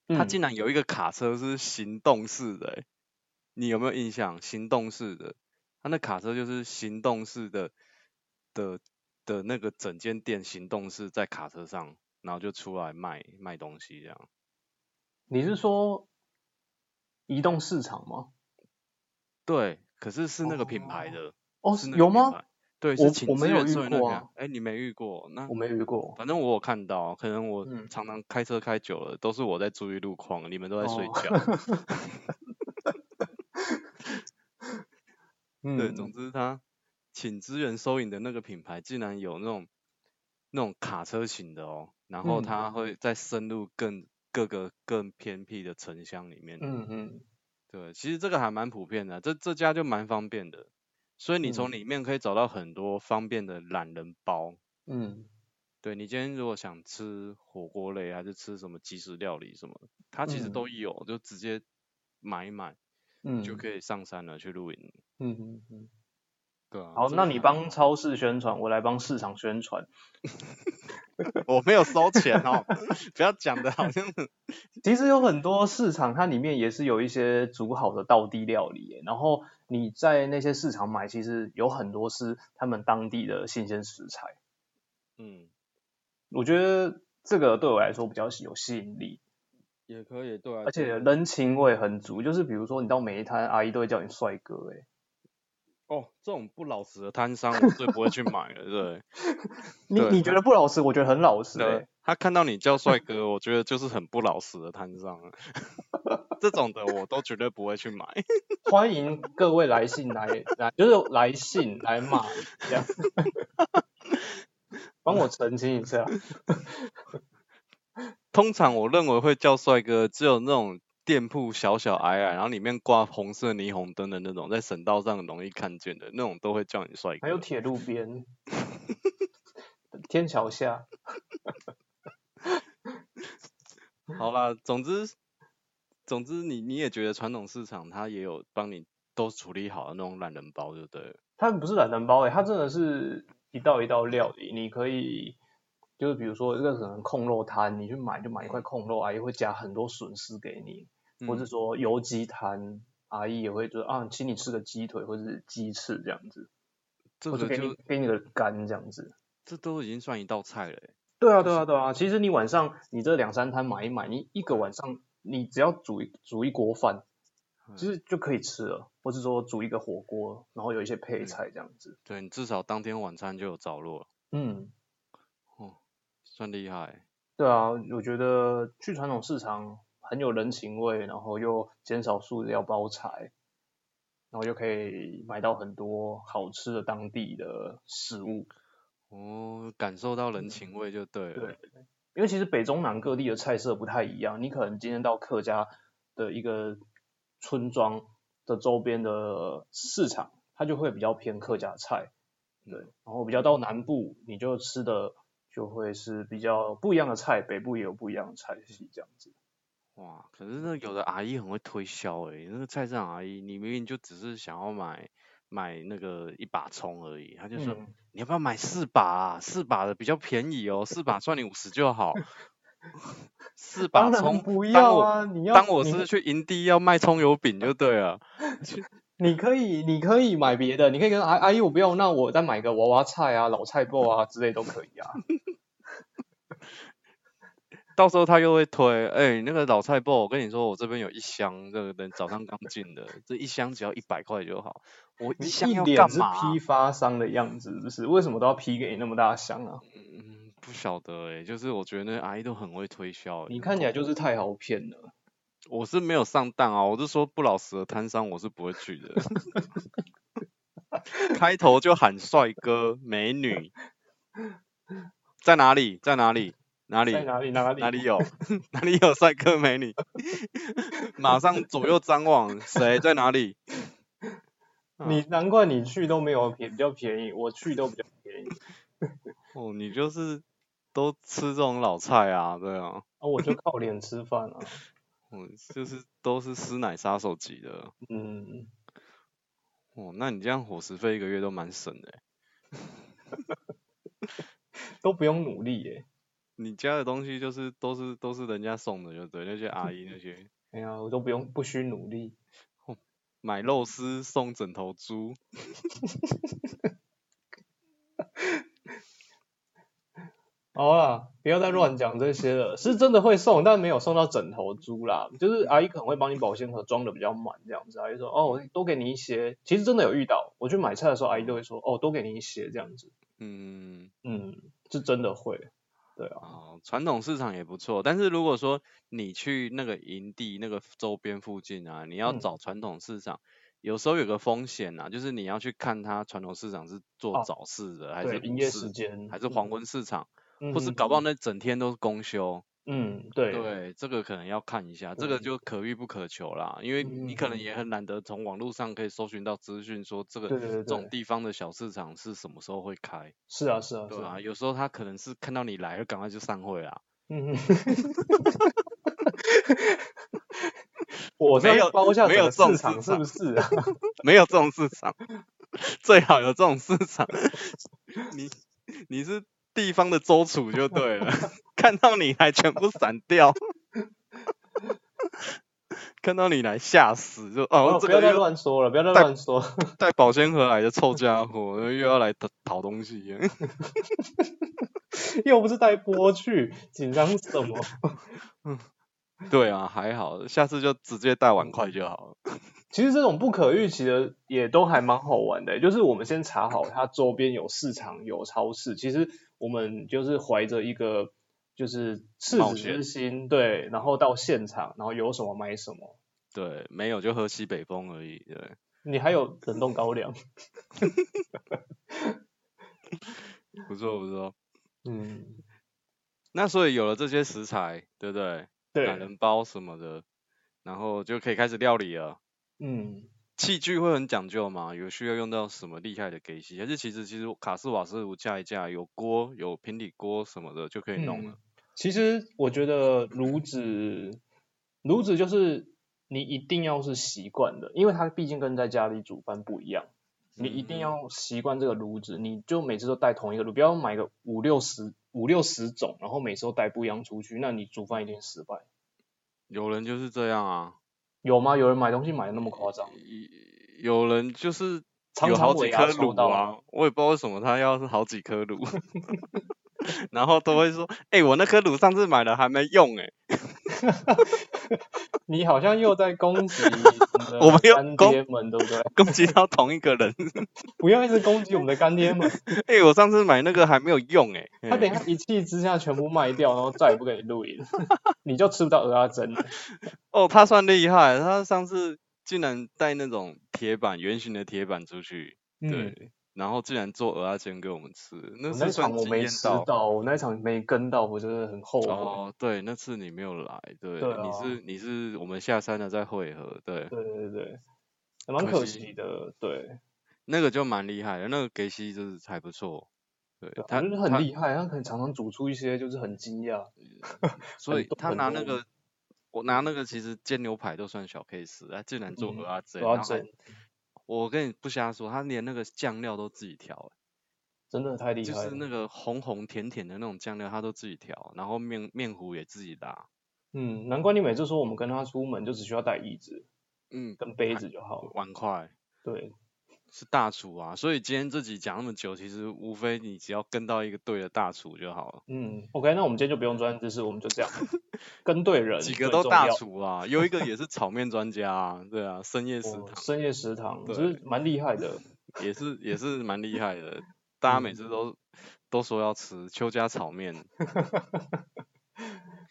[SPEAKER 1] 嗯
[SPEAKER 2] 它竟然有一个卡车是行动式的、欸，你有没有印象？行动式的，它那卡车就是行动式的的的那个整间店行动式在卡车上，然后就出来卖卖东西这样。
[SPEAKER 1] 你是说移动市场吗？
[SPEAKER 2] 对，可是是那个品牌
[SPEAKER 1] 哦
[SPEAKER 2] 的，
[SPEAKER 1] 哦
[SPEAKER 2] 是，那
[SPEAKER 1] 有
[SPEAKER 2] 个品
[SPEAKER 1] 吗？
[SPEAKER 2] 牌？对，
[SPEAKER 1] 我
[SPEAKER 2] 是请
[SPEAKER 1] 我没
[SPEAKER 2] 支
[SPEAKER 1] 有
[SPEAKER 2] 援
[SPEAKER 1] 遇
[SPEAKER 2] 社员那
[SPEAKER 1] 过
[SPEAKER 2] 个
[SPEAKER 1] 啊
[SPEAKER 2] 啊。哎，你没遇过？那
[SPEAKER 1] 我没遇过。
[SPEAKER 2] 反正我有看到，啊可能我
[SPEAKER 1] 嗯
[SPEAKER 2] 常常开车开久了，都是我在注意路况，你们都在睡
[SPEAKER 1] 哦
[SPEAKER 2] 觉。 对，总
[SPEAKER 1] 嗯，
[SPEAKER 2] 之他请支援收银的那个品牌竟然有那种那种卡车型的哦，然后
[SPEAKER 1] 嗯
[SPEAKER 2] 他会再深入更各个更偏僻的城乡里面。
[SPEAKER 1] 嗯嗯，
[SPEAKER 2] 对，其实这个还蛮普遍的，这这家就蛮方便的，所以你从
[SPEAKER 1] 嗯
[SPEAKER 2] 里面可以找到很多方便的懒人包。
[SPEAKER 1] 嗯
[SPEAKER 2] 对你今天如果想吃火锅类，还是吃什么即食料理什么的，它其实
[SPEAKER 1] 嗯
[SPEAKER 2] 都有，就直接买一买
[SPEAKER 1] 嗯，
[SPEAKER 2] 就可以上山了，去露营。
[SPEAKER 1] 嗯嗯嗯。
[SPEAKER 2] 对啊，
[SPEAKER 1] 好，
[SPEAKER 2] 这
[SPEAKER 1] 那
[SPEAKER 2] 个
[SPEAKER 1] 你
[SPEAKER 2] 还
[SPEAKER 1] 帮超市宣传，我来帮市场宣传。
[SPEAKER 2] 我没有收钱哦， 不要讲的好像很
[SPEAKER 1] 其实有很多市场，它里面也是有一些煮好的道地料理耶，然后你在那些市场买，其实有很多是他们当地的新鲜食材。
[SPEAKER 2] 嗯，
[SPEAKER 1] 我觉得这个对我来说比较有吸引力，
[SPEAKER 2] 也可以，对啊，
[SPEAKER 1] 而且
[SPEAKER 2] 对啊
[SPEAKER 1] 人情味很足。就是比如说你到每一摊，阿姨都会叫你帅哥，哎，
[SPEAKER 2] 哦，这种不老实的摊商我最不会去买 了，
[SPEAKER 1] 你
[SPEAKER 2] 对
[SPEAKER 1] 你觉得不老实？我觉得很老实，
[SPEAKER 2] 对对
[SPEAKER 1] 哎，，
[SPEAKER 2] 他看到你叫帅哥，我觉得就是很不老实的摊商啊， 这种的我都绝对不会去买。
[SPEAKER 1] 欢迎各位来信来来，就是来信来骂我这样，帮我澄清一下。
[SPEAKER 2] 通常我认为会叫帅哥，只有那种店铺小小矮矮，然后里面挂红色霓虹灯的那种，在省道上很容易看见的那种，都会叫你帅
[SPEAKER 1] 还有
[SPEAKER 2] 哥。
[SPEAKER 1] 铁路边、天桥下，
[SPEAKER 2] 好啦，总之，总之你你也觉得传统市场它也有帮你都处理好的那种懒人包，就对了。
[SPEAKER 1] 它不是懒人包诶、欸它真的是一道一道料理，你可以就是比如说这个可能控肉摊，你去买就买一块控肉，阿姨会加很多笋丝给你，或是
[SPEAKER 2] 嗯
[SPEAKER 1] 说油鸡摊。阿姨也会就是啊，请你吃个鸡腿或者是鸡翅这样子，
[SPEAKER 2] 这
[SPEAKER 1] 或者
[SPEAKER 2] 个
[SPEAKER 1] 给你
[SPEAKER 2] 就
[SPEAKER 1] 给你个肝这样子。
[SPEAKER 2] 这都已经算一道菜了欸、
[SPEAKER 1] 对啊，
[SPEAKER 2] 就
[SPEAKER 1] 对啊，
[SPEAKER 2] 是
[SPEAKER 1] 对啊。其实你晚上你这两三摊买一买，你一个晚上你只要煮一煮一锅饭，
[SPEAKER 2] 嗯
[SPEAKER 1] 其实就可以吃了，或是说煮一个火锅，然后有一些配菜这样子。
[SPEAKER 2] 对你至少当天晚餐就有着落了，
[SPEAKER 1] 嗯，
[SPEAKER 2] 算厉害欸、
[SPEAKER 1] 对啊，我觉得去传统市场很有人情味，然后又减少塑料包材，然后又可以买到很多好吃的当地的食物。
[SPEAKER 2] 哦，感受到人情味就对了。
[SPEAKER 1] 对因为其实北中南各地的菜色不太一样，你可能今天到客家的一个村庄的周边的市场，它就会比较偏客家菜，对，
[SPEAKER 2] 嗯
[SPEAKER 1] 然后比较到南部，你就吃的就会是比较不一样的菜，北部也有不一样的菜系这样子。
[SPEAKER 2] 哇，可是那有的阿姨很会推销诶、那个菜市场阿姨，你明明就只是想要买买那个一把葱而已，她就说、
[SPEAKER 1] 嗯，
[SPEAKER 2] 你要不要买四把啊？四把的比较便宜哦，四把算你五十 就好。四把
[SPEAKER 1] 当然
[SPEAKER 2] 葱，
[SPEAKER 1] 不
[SPEAKER 2] 当
[SPEAKER 1] 要
[SPEAKER 2] 我
[SPEAKER 1] 啊！你要
[SPEAKER 2] 当我
[SPEAKER 1] 你
[SPEAKER 2] 是去营地要卖葱油饼就对了。
[SPEAKER 1] 你可以你可以买别的，你可以跟阿阿姨我不要，那我再买个娃娃菜啊、老菜脯啊之类都可以 啊。
[SPEAKER 2] 到时候他又会推，哎、那个老菜包，我跟你说，我这边有一箱，这个人早上刚进的，这一箱只要一百块就好。我
[SPEAKER 1] 你
[SPEAKER 2] 箱
[SPEAKER 1] 一
[SPEAKER 2] 要
[SPEAKER 1] 脸
[SPEAKER 2] 干
[SPEAKER 1] 是
[SPEAKER 2] 嘛啊？
[SPEAKER 1] 批发商的样子，就是为什么都要批给你那么大箱啊？
[SPEAKER 2] 嗯，不晓得哎、就是我觉得那阿姨都很会推销、欸。
[SPEAKER 1] 你看起来就是太好骗了。
[SPEAKER 2] 我是没有上当啊，我是说不老实的摊商我是不会去的。开头就喊帅哥美女，在哪里？在哪里？哪里？
[SPEAKER 1] 在哪里哪里
[SPEAKER 2] 哪里有？ 哪里有帅哥美女？ 马上左右张望，谁在哪里？啊
[SPEAKER 1] 你难怪你去都没有便比较便宜，我去都比较便宜，
[SPEAKER 2] 哦，你就是都吃这种老菜啊，对啊，
[SPEAKER 1] 啊我就靠脸吃饭啊。
[SPEAKER 2] 我就是都是师奶杀手级的。
[SPEAKER 1] 嗯，
[SPEAKER 2] 哦，那你这样伙食费一个月都蛮省的欸。
[SPEAKER 1] 都不用努力耶、
[SPEAKER 2] 你家的东西就是都是都是人家送的，就对那些阿姨那些
[SPEAKER 1] 哎呀，我都不用不需努力，
[SPEAKER 2] 买肉丝送枕头猪，
[SPEAKER 1] 好啦，不要再乱讲这些了。是真的会送，但没有送到枕头珠啦。就是阿姨可能会帮你保鲜盒装的比较满这样子，阿姨说哦，我多给你一些。其实真的有遇到，我去买菜的时候，阿姨都会说哦，多给你一些这样子。
[SPEAKER 2] 嗯，
[SPEAKER 1] 嗯，是真的会。对啊，
[SPEAKER 2] 哦，传统市场也不错，但是如果说你去那个营地那个周边附近啊，你要
[SPEAKER 1] 嗯
[SPEAKER 2] 找传统市场，有时候有个风险啊，就是你要去看它传统市场是
[SPEAKER 1] 哦
[SPEAKER 2] 做早市的、还
[SPEAKER 1] 对
[SPEAKER 2] 是
[SPEAKER 1] 营
[SPEAKER 2] 午
[SPEAKER 1] 业
[SPEAKER 2] 市
[SPEAKER 1] 时间
[SPEAKER 2] 还是黄昏市场，
[SPEAKER 1] 嗯
[SPEAKER 2] 或是搞不好那整天都是公休。
[SPEAKER 1] 嗯，对，
[SPEAKER 2] 对，这个可能要看一下，这个
[SPEAKER 1] 对嗯
[SPEAKER 2] 就可遇不可求啦，因为你可能也很难得从网络上可以搜寻到资讯，说这个
[SPEAKER 1] 对对对
[SPEAKER 2] 这种
[SPEAKER 1] 对
[SPEAKER 2] 地方的小市场是什么时候会开，
[SPEAKER 1] 是啊是啊是
[SPEAKER 2] 对啊，，有时候他可能是看到你来了，赶快就散会啦。
[SPEAKER 1] 嗯， 我这样
[SPEAKER 2] 没有
[SPEAKER 1] 包一下
[SPEAKER 2] 没
[SPEAKER 1] 整
[SPEAKER 2] 有
[SPEAKER 1] 个
[SPEAKER 2] 这种
[SPEAKER 1] 市
[SPEAKER 2] 市
[SPEAKER 1] 场是
[SPEAKER 2] 场
[SPEAKER 1] 不是啊？
[SPEAKER 2] 没有这种市场， 最好有这种市场，你你是地方的州主就对了，看到你来全部闪掉。看到你来吓死就哦，这
[SPEAKER 1] 不要
[SPEAKER 2] 个
[SPEAKER 1] 再
[SPEAKER 2] 又
[SPEAKER 1] 乱说了，不要再
[SPEAKER 2] 带
[SPEAKER 1] 乱说。
[SPEAKER 2] 带保鲜盒来的臭家伙，又要来讨讨东西，
[SPEAKER 1] 又不是带波去，紧张什么？
[SPEAKER 2] 对啊，还好，下次就直接带碗筷就好了。
[SPEAKER 1] 其实这种不可预期的也都还蛮好玩的，欸就是我们先查好它周边有市场有超市，其实我们就是怀着一个就是赤
[SPEAKER 2] 冒
[SPEAKER 1] 子之
[SPEAKER 2] 险
[SPEAKER 1] 心，对，然后到现场，然后有什么买什么。
[SPEAKER 2] 对，没有就喝西北风而已。对，
[SPEAKER 1] 你还有冷冻高粱，
[SPEAKER 2] 不错不错。
[SPEAKER 1] 嗯，
[SPEAKER 2] 那所以有了这些食材，对不对？懒
[SPEAKER 1] 对，
[SPEAKER 2] 人包什么的，然后就可以开始料理了。
[SPEAKER 1] 嗯，
[SPEAKER 2] 器具会很讲究吗？有需要用到什么厉害的给器？还是其实其实卡式瓦斯炉架一架，有锅有平底锅什么的就可以弄了
[SPEAKER 1] 嗯。其实我觉得炉子，炉子就是你一定要是习惯的，因为它毕竟跟在家里煮饭不一样，你一定
[SPEAKER 2] 嗯
[SPEAKER 1] 要习惯这个炉子，你就每次都带同一个炉，不要买个五六十五六十种，然后每次都带不一样出去，那你煮饭一定失败。
[SPEAKER 2] 有人就是这样啊，
[SPEAKER 1] 有吗？有人买东西买的那么夸张？
[SPEAKER 2] 有人就是
[SPEAKER 1] 常
[SPEAKER 2] 有
[SPEAKER 1] 常
[SPEAKER 2] 好
[SPEAKER 1] 尾
[SPEAKER 2] 几
[SPEAKER 1] 牙
[SPEAKER 2] 颗
[SPEAKER 1] 抽
[SPEAKER 2] 乳
[SPEAKER 1] 到
[SPEAKER 2] 啊，我也不知道为什么他要是好几颗 乳，然后都会说，哎、我那颗乳上次买了还没用、欸，
[SPEAKER 1] 你好像又在攻击你的
[SPEAKER 2] 我们又
[SPEAKER 1] 干
[SPEAKER 2] 攻
[SPEAKER 1] 爹们，对不对？
[SPEAKER 2] 攻击到同一个人，
[SPEAKER 1] 不要一直攻击我们的干爹们，
[SPEAKER 2] 哎、我上次买那个还没有用、欸，哎，
[SPEAKER 1] 他等一下一气之下全部卖掉，然后再也不给你录影， 你就吃不到鹅阿珍了。
[SPEAKER 2] 哦，他算厉害，他上次竟然带那种铁板圆形的铁板出去，对，
[SPEAKER 1] 嗯，
[SPEAKER 2] 然后竟然做鹅阿煎给我们吃，那
[SPEAKER 1] 我那
[SPEAKER 2] 是算
[SPEAKER 1] 场我
[SPEAKER 2] 惊
[SPEAKER 1] 没
[SPEAKER 2] 艳
[SPEAKER 1] 吃
[SPEAKER 2] 到。
[SPEAKER 1] 到，我那场没跟到，我真的很后悔。
[SPEAKER 2] 哦，对，那次你没有来，对，
[SPEAKER 1] 对
[SPEAKER 2] 你
[SPEAKER 1] 啊
[SPEAKER 2] 是你是我们下山了再会合，对，
[SPEAKER 1] 对对对，还蛮
[SPEAKER 2] 可
[SPEAKER 1] 可
[SPEAKER 2] 惜
[SPEAKER 1] 惜的，对，
[SPEAKER 2] 那个就蛮厉害的，那个给西就是还不错，对
[SPEAKER 1] 对啊
[SPEAKER 2] 他
[SPEAKER 1] 我觉得
[SPEAKER 2] 他
[SPEAKER 1] 很厉害，他可以常常煮出一些就是很惊讶，
[SPEAKER 2] 所
[SPEAKER 1] 很
[SPEAKER 2] 以
[SPEAKER 1] 多
[SPEAKER 2] 他
[SPEAKER 1] 很
[SPEAKER 2] 拿那
[SPEAKER 1] 多
[SPEAKER 2] 个我拿那个其实煎牛排都算小 case，他竟然做
[SPEAKER 1] 嗯
[SPEAKER 2] 鹅阿珍，
[SPEAKER 1] 鹅阿
[SPEAKER 2] 然后还
[SPEAKER 1] 珍
[SPEAKER 2] 我跟你不瞎说，他连那个酱料都自己调，欸
[SPEAKER 1] 真的太厉
[SPEAKER 2] 就
[SPEAKER 1] 害
[SPEAKER 2] 是
[SPEAKER 1] 了。
[SPEAKER 2] 那个红红甜甜的那种酱料他都自己调，然后面面糊也自己拉，
[SPEAKER 1] 嗯，难怪你每次说我们跟他出门就只需要带椅子
[SPEAKER 2] 嗯，
[SPEAKER 1] 跟杯子就好了。
[SPEAKER 2] 碗筷。
[SPEAKER 1] 对，
[SPEAKER 2] 是大厨啊，所以今天这集讲那么久，其实无非你只要跟到一个对的大厨就好了。
[SPEAKER 1] 嗯，OK，那我们今天就不用专业知识，我们就 这样跟对人，
[SPEAKER 2] 几个都大厨啊，有一个也是炒面专家啊，对啊，深夜食
[SPEAKER 1] 哦
[SPEAKER 2] 堂
[SPEAKER 1] 深夜食堂，
[SPEAKER 2] 对
[SPEAKER 1] 就是蛮厉害的。
[SPEAKER 2] 也是也是蛮厉害的，大家每
[SPEAKER 1] 嗯
[SPEAKER 2] 次都、都说要吃邱家炒面，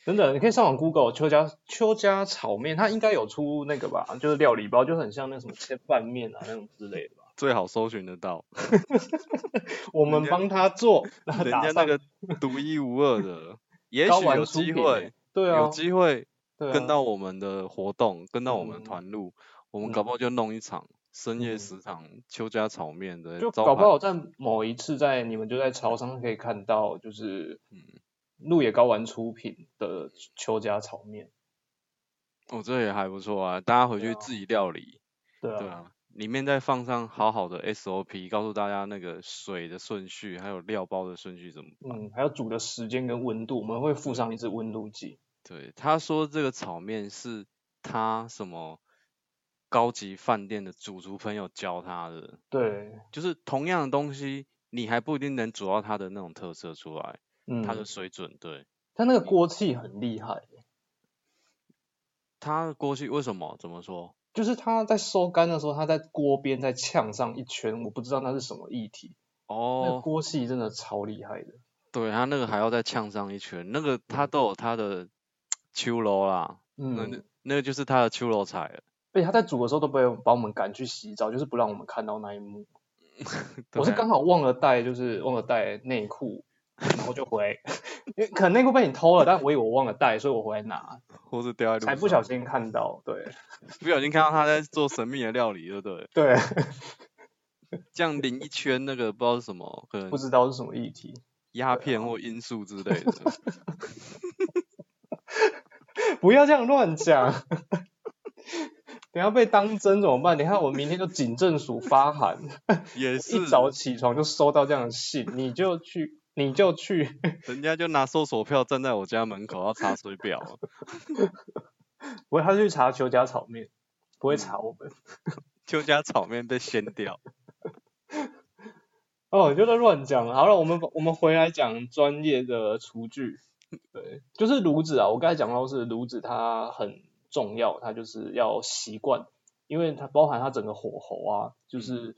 [SPEAKER 1] 真的，你可以上网 Google 邱家邱家炒面，它应该有出那个吧，就是料理包，就很像那什么切拌面啊那种之类的吧。
[SPEAKER 2] 最好搜寻得到，
[SPEAKER 1] 我们
[SPEAKER 2] 人家
[SPEAKER 1] 帮他做，然后
[SPEAKER 2] 人
[SPEAKER 1] 打
[SPEAKER 2] 家那
[SPEAKER 1] 上
[SPEAKER 2] 个独一无二的，也
[SPEAKER 1] 高
[SPEAKER 2] 许
[SPEAKER 1] 玩
[SPEAKER 2] 有
[SPEAKER 1] 出
[SPEAKER 2] 机
[SPEAKER 1] 品
[SPEAKER 2] 会
[SPEAKER 1] 欸，对啊，
[SPEAKER 2] 有机会
[SPEAKER 1] 对啊
[SPEAKER 2] 跟到我们的活动，跟到我
[SPEAKER 1] 嗯
[SPEAKER 2] 们的团路，我们搞不好就弄一场深夜
[SPEAKER 1] 嗯
[SPEAKER 2] 食堂邱家炒面的
[SPEAKER 1] 就
[SPEAKER 2] 招
[SPEAKER 1] 搞不
[SPEAKER 2] 牌
[SPEAKER 1] 好在某一次在你们就在潮商可以看到，就是
[SPEAKER 2] 嗯
[SPEAKER 1] 鹿野高丸出品的邱家炒面，
[SPEAKER 2] 我、哦、这也还不错啊，大家回
[SPEAKER 1] 对
[SPEAKER 2] 去
[SPEAKER 1] 啊
[SPEAKER 2] 自己料理，
[SPEAKER 1] 对啊，
[SPEAKER 2] 对啊，里面再放上好好的 SOP，告诉大家那个水的顺序，还有料包的顺序怎么办。
[SPEAKER 1] 嗯，还有煮的时间跟温度，我们会附上一支温度计。
[SPEAKER 2] 对，他说这个炒面是他什么高级饭店的主厨朋友教他的，
[SPEAKER 1] 对，
[SPEAKER 2] 就是同样的东西，你还不一定能煮到它的那种特色出来，
[SPEAKER 1] 嗯，
[SPEAKER 2] 它的水准。对，
[SPEAKER 1] 它那个锅气很厉害，
[SPEAKER 2] 它的锅气为什么？怎么说？
[SPEAKER 1] 就是它在收干的时候，它在锅边再呛上一圈，我不知道那是什么液体，那个
[SPEAKER 2] 哦，
[SPEAKER 1] 锅气真的超厉害的。
[SPEAKER 2] 对，它那个还要再呛上一圈，那个它都有它的秋楼啦，那那
[SPEAKER 1] 嗯，
[SPEAKER 2] 那个就是它的秋楼菜了。
[SPEAKER 1] 而且它在煮的时候都不会把我们赶去洗澡，就是不让我们看到那一幕。我是
[SPEAKER 2] 对
[SPEAKER 1] 刚好忘了带，就是忘了带内裤，然后就回， 因为可能内裤被你偷了，但我以为我忘了带，所以我回来拿，
[SPEAKER 2] 或是掉在路
[SPEAKER 1] 才
[SPEAKER 2] 上，
[SPEAKER 1] 不小心看到。对
[SPEAKER 2] 不小心看到他在做神秘的料理，对不对？
[SPEAKER 1] 对，
[SPEAKER 2] 这样淋一圈那个不知道是什么，可 能
[SPEAKER 1] 不知道是什么议题，
[SPEAKER 2] 鸦片或罂粟之 类的。
[SPEAKER 1] 不要这样乱讲。 等一下被当真怎么办？等一下我明天就警政署发函，
[SPEAKER 2] 也是
[SPEAKER 1] 一，早起床就收到这样的信，你就去，你就去，
[SPEAKER 2] 人家就拿搜索票站在我家门口要查水表，
[SPEAKER 1] 不会他去查邱家炒面，不会
[SPEAKER 2] 嗯
[SPEAKER 1] 查我们。
[SPEAKER 2] 邱家炒面被掀掉。
[SPEAKER 1] 哦，你就在乱讲了。好了，我们我们回来讲专业的厨具，对，就是炉子啊。我刚才讲到是炉子，它很重要，它就是要习惯，因为它包含它整个火候啊，
[SPEAKER 2] 嗯
[SPEAKER 1] 就是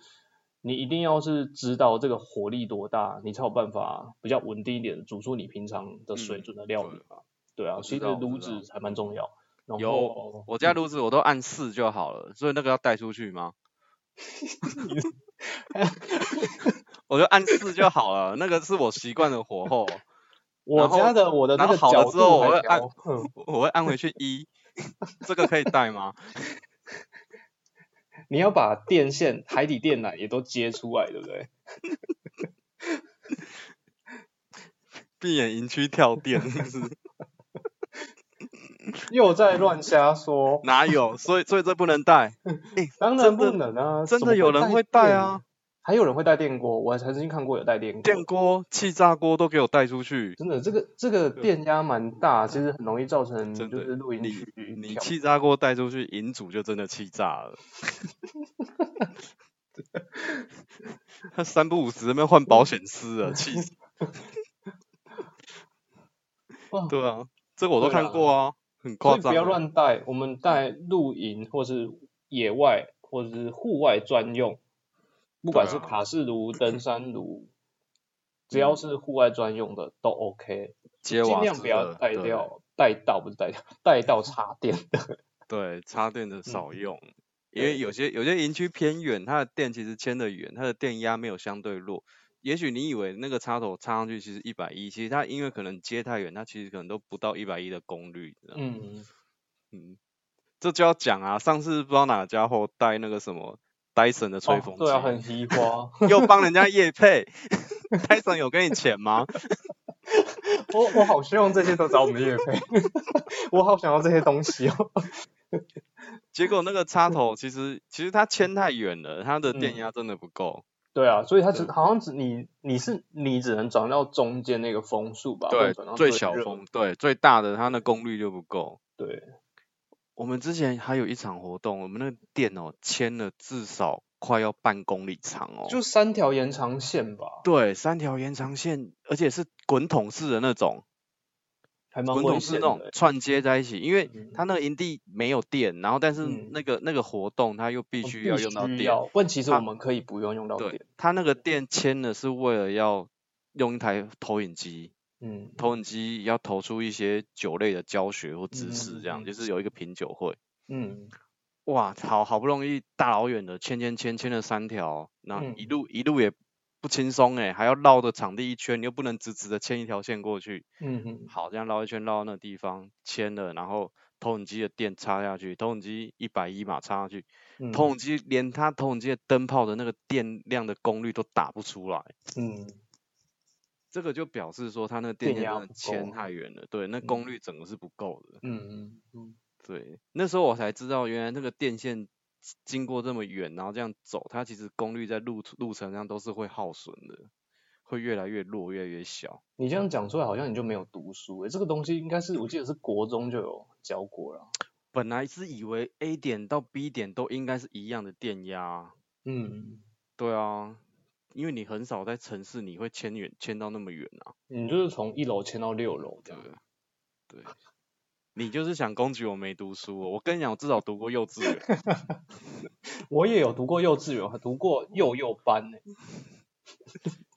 [SPEAKER 1] 你一定要是知道这个火力多大，你才有办法比较稳定一点煮出你平常的水
[SPEAKER 2] 嗯
[SPEAKER 1] 准的料理嘛。对啊
[SPEAKER 2] 我，知
[SPEAKER 1] 其实
[SPEAKER 2] 道我
[SPEAKER 1] 炉
[SPEAKER 2] 知道
[SPEAKER 1] 子还蛮重要。然
[SPEAKER 2] 有
[SPEAKER 1] 后
[SPEAKER 2] 我家炉子我都按四就好了，所以那个要带出去吗？ 我就按四就好了，那个是我习惯的火候，
[SPEAKER 1] 我
[SPEAKER 2] 然后
[SPEAKER 1] 家的我的那
[SPEAKER 2] 然后
[SPEAKER 1] 个
[SPEAKER 2] 好了
[SPEAKER 1] 角
[SPEAKER 2] 之后
[SPEAKER 1] 度
[SPEAKER 2] 我
[SPEAKER 1] 还
[SPEAKER 2] 会按
[SPEAKER 1] 调，嗯
[SPEAKER 2] 我会按回去一，这个可以带吗？
[SPEAKER 1] 你要把电线、海底电缆也都接出来，对不对？
[SPEAKER 2] 闭眼营区跳电是不是？
[SPEAKER 1] 又在乱瞎说，
[SPEAKER 2] 哪有？所以所以这不能带，
[SPEAKER 1] 当然不能啊！
[SPEAKER 2] 真
[SPEAKER 1] 怎
[SPEAKER 2] 的
[SPEAKER 1] 么
[SPEAKER 2] 有人会带啊
[SPEAKER 1] 电？，还有人会带电锅，我曾经看过有带电锅，
[SPEAKER 2] 电锅、气炸锅都给我带出去。
[SPEAKER 1] 真的这个这个电压蛮大，其实很容易造成
[SPEAKER 2] 真
[SPEAKER 1] 就
[SPEAKER 2] 的
[SPEAKER 1] 是露营
[SPEAKER 2] 你
[SPEAKER 1] 区
[SPEAKER 2] 你
[SPEAKER 1] 跳
[SPEAKER 2] 气炸锅带出去，银主就真的气炸了。他三不五时在那边换保险丝了，气死
[SPEAKER 1] 哇！
[SPEAKER 2] 对啊，这个我都
[SPEAKER 1] 对啊
[SPEAKER 2] 看过啊，很
[SPEAKER 1] 所
[SPEAKER 2] 夸
[SPEAKER 1] 以
[SPEAKER 2] 张。
[SPEAKER 1] 不要，乱带，我们带露营或是野外或者是户外专用，不管是
[SPEAKER 2] 对啊
[SPEAKER 1] 卡式炉、登山炉，只要是户外专用的都 OK。
[SPEAKER 2] 啊接
[SPEAKER 1] 尽
[SPEAKER 2] 瓦
[SPEAKER 1] 量
[SPEAKER 2] 斯
[SPEAKER 1] 不要
[SPEAKER 2] 的
[SPEAKER 1] 带
[SPEAKER 2] 对
[SPEAKER 1] 掉带到不是带掉带到插电的，
[SPEAKER 2] 对，插电的少用，
[SPEAKER 1] 嗯
[SPEAKER 2] 因
[SPEAKER 1] 对
[SPEAKER 2] 为有些有些营区偏远，它的电其实牵得远，它的电压没有相对弱。也许你以为那个插头插上去其实一百一，其实它因为可能接太远，它其实可能都不到一百一的功率。你知道吗
[SPEAKER 1] 嗯，
[SPEAKER 2] 嗯，这就要讲啊，上次不知道哪个家伙带那个什么戴森的吹
[SPEAKER 1] 哦
[SPEAKER 2] 风机，
[SPEAKER 1] 对啊，很移花。
[SPEAKER 2] 又帮 人家夜配。 戴森有给你钱吗？
[SPEAKER 1] 我我好希望这些都找我们叶配， 我好想要这些东西哦。
[SPEAKER 2] 结果那个插头其实其实它牵太远了，它的电
[SPEAKER 1] 嗯
[SPEAKER 2] 压真的不够。
[SPEAKER 1] 对啊，所以它只
[SPEAKER 2] 对
[SPEAKER 1] 好像只你你是你只能转到中间那个风速吧，或者
[SPEAKER 2] 对
[SPEAKER 1] 转到，
[SPEAKER 2] 最小
[SPEAKER 1] 热。
[SPEAKER 2] 风，对，最大的它那功率就不够。
[SPEAKER 1] 对，
[SPEAKER 2] 我们之前还有一场活动，我们那个电哦牵了至少快要半公里长哦，
[SPEAKER 1] 就三条延长线吧，
[SPEAKER 2] 对，三条延长线，而且是滚筒式的那种，
[SPEAKER 1] 还蛮
[SPEAKER 2] 滚
[SPEAKER 1] 危
[SPEAKER 2] 筒式
[SPEAKER 1] 险
[SPEAKER 2] 那种
[SPEAKER 1] 的。
[SPEAKER 2] 串接在一起，因为
[SPEAKER 1] 嗯
[SPEAKER 2] 它那个营地没有电，然后但是
[SPEAKER 1] 嗯哦
[SPEAKER 2] 那个那个活动它又必须要用到
[SPEAKER 1] 必须
[SPEAKER 2] 电，
[SPEAKER 1] 要，问其实
[SPEAKER 2] 它
[SPEAKER 1] 我们可以不用用到
[SPEAKER 2] 对
[SPEAKER 1] 电，，
[SPEAKER 2] 它那个电牵的是为了要用一台投影机，
[SPEAKER 1] 嗯，
[SPEAKER 2] 投影机要投出一些酒类的教学或知识，这
[SPEAKER 1] 嗯嗯
[SPEAKER 2] 样
[SPEAKER 1] 嗯
[SPEAKER 2] 就是有一个品酒会。
[SPEAKER 1] 嗯，
[SPEAKER 2] 哇，好好不容易大老远的牵牵牵牵了三条，那一
[SPEAKER 1] 嗯
[SPEAKER 2] 路、一路也不轻松哎，还要绕着场地一圈，你又不能直直的牵一条线过去。
[SPEAKER 1] 嗯嗯，
[SPEAKER 2] 好，这样绕一圈绕到那个地方，牵了，然后投影机的电插下去，投影机一百一嘛插下去，
[SPEAKER 1] 嗯
[SPEAKER 2] 投影机连它投影机的灯泡的那个电量的功率都打不出来，
[SPEAKER 1] 嗯，
[SPEAKER 2] 这个就表示说它那个
[SPEAKER 1] 电
[SPEAKER 2] 电线
[SPEAKER 1] 压
[SPEAKER 2] 真的
[SPEAKER 1] 不
[SPEAKER 2] 牵
[SPEAKER 1] 够
[SPEAKER 2] 太远了，对，那
[SPEAKER 1] 嗯
[SPEAKER 2] 功率整个是不够的。
[SPEAKER 1] 嗯嗯嗯，
[SPEAKER 2] 对，那时候我才知道，原来那个电线经过这么远，然后这样走，它其实功率在路途路程上都是会耗损的，会越来越弱，越来越小。
[SPEAKER 1] 你这样讲出来，好像你就没有读书欸诶、这个东西应该是我记得是国中就有教过了。
[SPEAKER 2] 本来是以为 A 点到 B 点都应该是一样的电压啊，
[SPEAKER 1] 嗯，
[SPEAKER 2] 对啊，因为你很少在城市你会迁远迁到那么远啊，
[SPEAKER 1] 嗯你就是从一楼迁到六楼这
[SPEAKER 2] 对
[SPEAKER 1] 样
[SPEAKER 2] 不。对？对，你就是想攻击我没读书哦、我跟你讲，我至少读过幼稚园，
[SPEAKER 1] 我也有读过幼稚园，还读过幼幼班呢、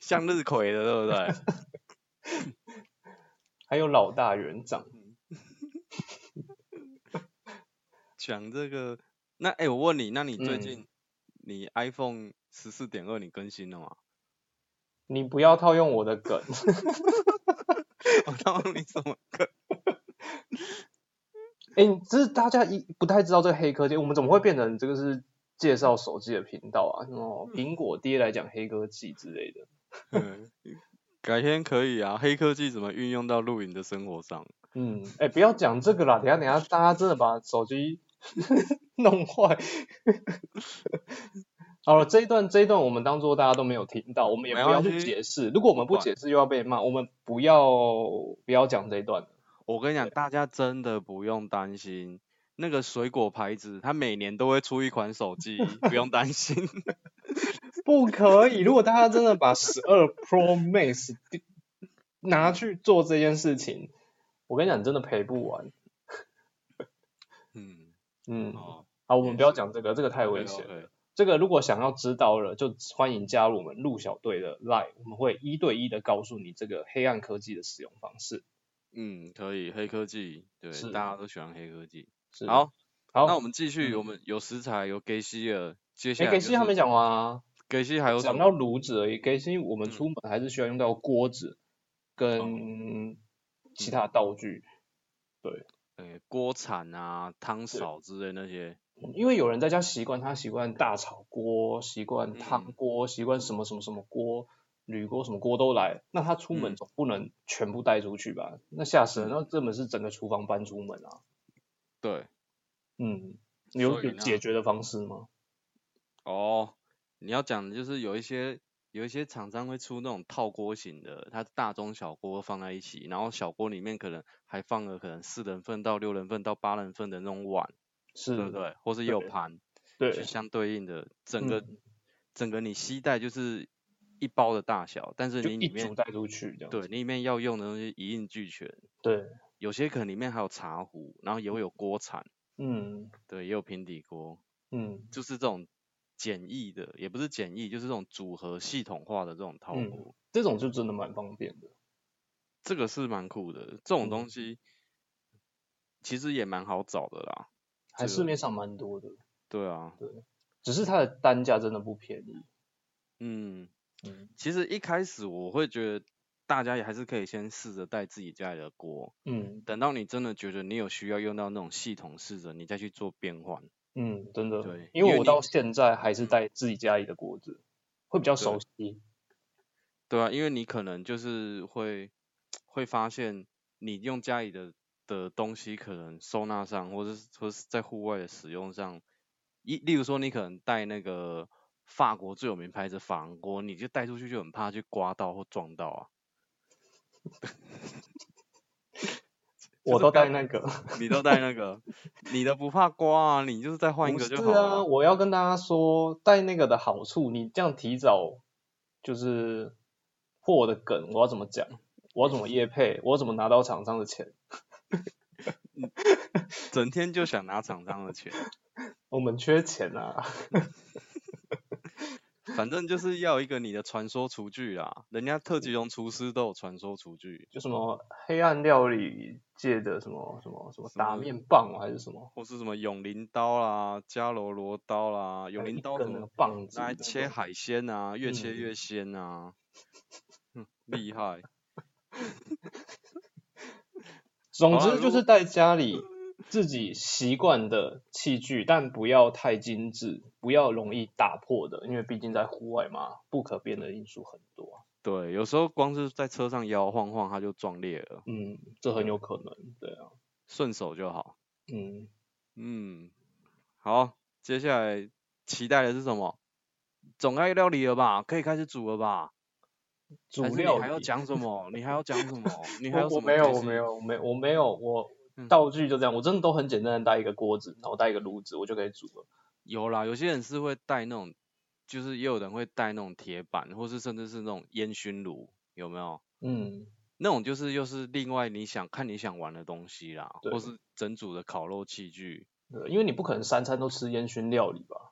[SPEAKER 2] 向日葵的，对不对？
[SPEAKER 1] 还有老大园长。
[SPEAKER 2] 讲这个，那哎、我问你，那你最
[SPEAKER 1] 嗯
[SPEAKER 2] 近、你 iPhone 十四点二你更新了吗？
[SPEAKER 1] 你不要套用我的梗，
[SPEAKER 2] 我告诉你什么？
[SPEAKER 1] 哎、只是大家一不太知道这个黑科技，我们怎么会变成这个是介绍手机的频道啊？什么苹果爹来讲黑科技之类的，
[SPEAKER 2] 嗯 改天可以啊，黑科技怎么运用到录影的生活上？
[SPEAKER 1] 嗯，哎、不要讲这个啦，等一下等一下大家真的把手机 弄坏。 好了，这一段这一段我们当做大家都没有听到，我们也不
[SPEAKER 2] 没
[SPEAKER 1] 要
[SPEAKER 2] 关
[SPEAKER 1] 去
[SPEAKER 2] 系
[SPEAKER 1] 解释。如果我们不
[SPEAKER 2] 不管
[SPEAKER 1] 解释又要被骂，我们不要不要讲这一段了。
[SPEAKER 2] 我跟你讲，大家真的不用担心，那个水果牌子它每年都会出一款手机，不用担心。
[SPEAKER 1] 不可以！如果大家真的把十二 Pro Max 丢拿去做这件事情，我跟你讲，你真的赔不完。
[SPEAKER 2] 嗯，
[SPEAKER 1] 嗯，
[SPEAKER 2] 哦，
[SPEAKER 1] 好，我们不要
[SPEAKER 2] 也是
[SPEAKER 1] 讲这个，这个太危
[SPEAKER 2] OK，
[SPEAKER 1] 险了。
[SPEAKER 2] OK
[SPEAKER 1] 这个如果想要知道了，就欢迎加入我们陆小队的 Line，我们会一对一的告诉你这个黑暗科技的使用方式。
[SPEAKER 2] 嗯，可以，黑科技，对
[SPEAKER 1] 是，
[SPEAKER 2] 大家都喜欢黑科技。
[SPEAKER 1] 是，
[SPEAKER 2] 好，
[SPEAKER 1] 好，
[SPEAKER 2] 那我们继续，
[SPEAKER 1] 嗯
[SPEAKER 2] 我们有食材，有给西尔，接下
[SPEAKER 1] 哎，
[SPEAKER 2] 来
[SPEAKER 1] 给
[SPEAKER 2] 就
[SPEAKER 1] 西还
[SPEAKER 2] 是
[SPEAKER 1] 没讲完啊，
[SPEAKER 2] 给西还有什
[SPEAKER 1] 讲
[SPEAKER 2] 么？
[SPEAKER 1] 到炉子而已。给西我们
[SPEAKER 2] 嗯
[SPEAKER 1] 出门还是需要用到锅子
[SPEAKER 2] 嗯
[SPEAKER 1] 跟其他道具。
[SPEAKER 2] 呃，锅铲啊、汤勺之类那些，
[SPEAKER 1] 因为有人在家习惯，他习惯大炒锅，习惯汤
[SPEAKER 2] 嗯
[SPEAKER 1] 锅，习惯什么什么什么锅，铝锅什么锅都来，那他出门
[SPEAKER 2] 嗯
[SPEAKER 1] 总不能全部带出去吧？那吓死人！
[SPEAKER 2] 是
[SPEAKER 1] 那根本是整个厨房搬出门啊。
[SPEAKER 2] 对，
[SPEAKER 1] 嗯，有
[SPEAKER 2] 所以
[SPEAKER 1] 有
[SPEAKER 2] 那
[SPEAKER 1] 解决的方式吗？
[SPEAKER 2] 哦，你要讲的就是有一些有一些厂商会出那种套锅型的，它大中小锅放在一起，然后小锅里面可能还放了可能四人份到六人份到八人份的那种碗，
[SPEAKER 1] 是，
[SPEAKER 2] 对不对？或是也有
[SPEAKER 1] 对
[SPEAKER 2] 盘，
[SPEAKER 1] 对嗯
[SPEAKER 2] 去相对应的整个、整个你携带就是一包的大小，但是
[SPEAKER 1] 就
[SPEAKER 2] 你
[SPEAKER 1] 一
[SPEAKER 2] 里
[SPEAKER 1] 组
[SPEAKER 2] 面
[SPEAKER 1] 带出去这样
[SPEAKER 2] 对
[SPEAKER 1] 子。
[SPEAKER 2] 你里面要用的东西一应俱全，
[SPEAKER 1] 对，
[SPEAKER 2] 有些可能里面还有茶壶，然后也会有锅铲，
[SPEAKER 1] 嗯
[SPEAKER 2] 对，也有平底锅。
[SPEAKER 1] 嗯
[SPEAKER 2] 就是这种简易的，也不是简易，就是这种组合系统化的这种套
[SPEAKER 1] 嗯
[SPEAKER 2] 锅，
[SPEAKER 1] 这种就真的蛮方便的。
[SPEAKER 2] 这个是蛮酷的。这种
[SPEAKER 1] 嗯
[SPEAKER 2] 东西其实也蛮好找的啦。
[SPEAKER 1] 还
[SPEAKER 2] 这
[SPEAKER 1] 市
[SPEAKER 2] 个
[SPEAKER 1] 面上蛮多的，
[SPEAKER 2] 对啊，
[SPEAKER 1] 只是它的单价真的不便宜。
[SPEAKER 2] 嗯，
[SPEAKER 1] 嗯
[SPEAKER 2] 其实一开始我会觉得大家也还是可以先试着带自己家里的锅，
[SPEAKER 1] 嗯
[SPEAKER 2] 等到你真的觉得你有需要用到那种系统式的，你再去做变换。
[SPEAKER 1] 嗯，真的，
[SPEAKER 2] 对
[SPEAKER 1] 因
[SPEAKER 2] 因为
[SPEAKER 1] 为我
[SPEAKER 2] 你
[SPEAKER 1] 到现在还是带自己家里的锅子，会比较熟悉。
[SPEAKER 2] 对啊，因为你可能就是会会发现，你用家里的的东西，可能收纳上，或者是或是在户外的使用上，一例如说你可能带那个法国最有名牌子法兰锅，你就带出去就很怕去刮到或撞到啊。就
[SPEAKER 1] 我
[SPEAKER 2] 是
[SPEAKER 1] 都
[SPEAKER 2] 不要
[SPEAKER 1] 带那个，
[SPEAKER 2] 你都带那个， 你的不怕刮啊，你就是再换一
[SPEAKER 1] 不
[SPEAKER 2] 个
[SPEAKER 1] 是
[SPEAKER 2] 就好了
[SPEAKER 1] 啊，
[SPEAKER 2] 啊。
[SPEAKER 1] 我要跟大家说，带那个的好处，你这样提早就是破我的梗，我要怎么讲？我要怎么业配？我要怎么拿到厂商的钱？
[SPEAKER 2] 整天就想拿厂商的钱，
[SPEAKER 1] 我们缺钱啊！
[SPEAKER 2] 反正就是要一个你的传说厨具啦。人家特级龙厨师都有传说厨具，
[SPEAKER 1] 就什么黑暗料理界的什么什么什么
[SPEAKER 2] 什
[SPEAKER 1] 打
[SPEAKER 2] 么
[SPEAKER 1] 面棒啊还是什么，
[SPEAKER 2] 或是什么永灵刀啦、伽罗罗刀啦，永
[SPEAKER 1] 还有
[SPEAKER 2] 灵
[SPEAKER 1] 一
[SPEAKER 2] 刀
[SPEAKER 1] 根
[SPEAKER 2] 什
[SPEAKER 1] 那个
[SPEAKER 2] 么
[SPEAKER 1] 棒子
[SPEAKER 2] 拿来
[SPEAKER 1] 的
[SPEAKER 2] 切
[SPEAKER 1] 那种
[SPEAKER 2] 海鲜啊，越切
[SPEAKER 1] 嗯
[SPEAKER 2] 越鲜啊，哼厉害。
[SPEAKER 1] 总
[SPEAKER 2] 好啦
[SPEAKER 1] 之
[SPEAKER 2] 如
[SPEAKER 1] 就是
[SPEAKER 2] 果
[SPEAKER 1] 在家里自己习惯的器具，但不要太精致，不要容易打破的，因为毕竟在户外嘛，不可变的因素很多啊。
[SPEAKER 2] 对，有时候光是在车上摇摇晃晃，它就撞裂了，
[SPEAKER 1] 嗯，这很有可能，对啊，
[SPEAKER 2] 顺手就好。
[SPEAKER 1] 嗯，
[SPEAKER 2] 嗯，好，接下来期待的是什么？总该料理了吧？可以开始煮了吧？
[SPEAKER 1] 主
[SPEAKER 2] 还是
[SPEAKER 1] 料
[SPEAKER 2] 你还要
[SPEAKER 1] 理
[SPEAKER 2] 讲什么？你还要讲什么？你还
[SPEAKER 1] 我
[SPEAKER 2] 有什
[SPEAKER 1] 我
[SPEAKER 2] 么
[SPEAKER 1] 没有，
[SPEAKER 2] 东
[SPEAKER 1] 我
[SPEAKER 2] 西
[SPEAKER 1] 没有，我没我没有，我
[SPEAKER 2] 嗯
[SPEAKER 1] 道具就这样，我真的都很简单的带一个锅子，然后带一个炉子，我就可以煮了。
[SPEAKER 2] 有啦，有些人是会带那种，就是也有人会带那种铁板，或是甚至是那种烟熏炉，有没有？
[SPEAKER 1] 嗯，
[SPEAKER 2] 那种就是又是另外你想看你想玩的东西啦，
[SPEAKER 1] 对
[SPEAKER 2] 或是整组的烤肉器具
[SPEAKER 1] 对，因为你不可能三餐都吃烟熏料理吧？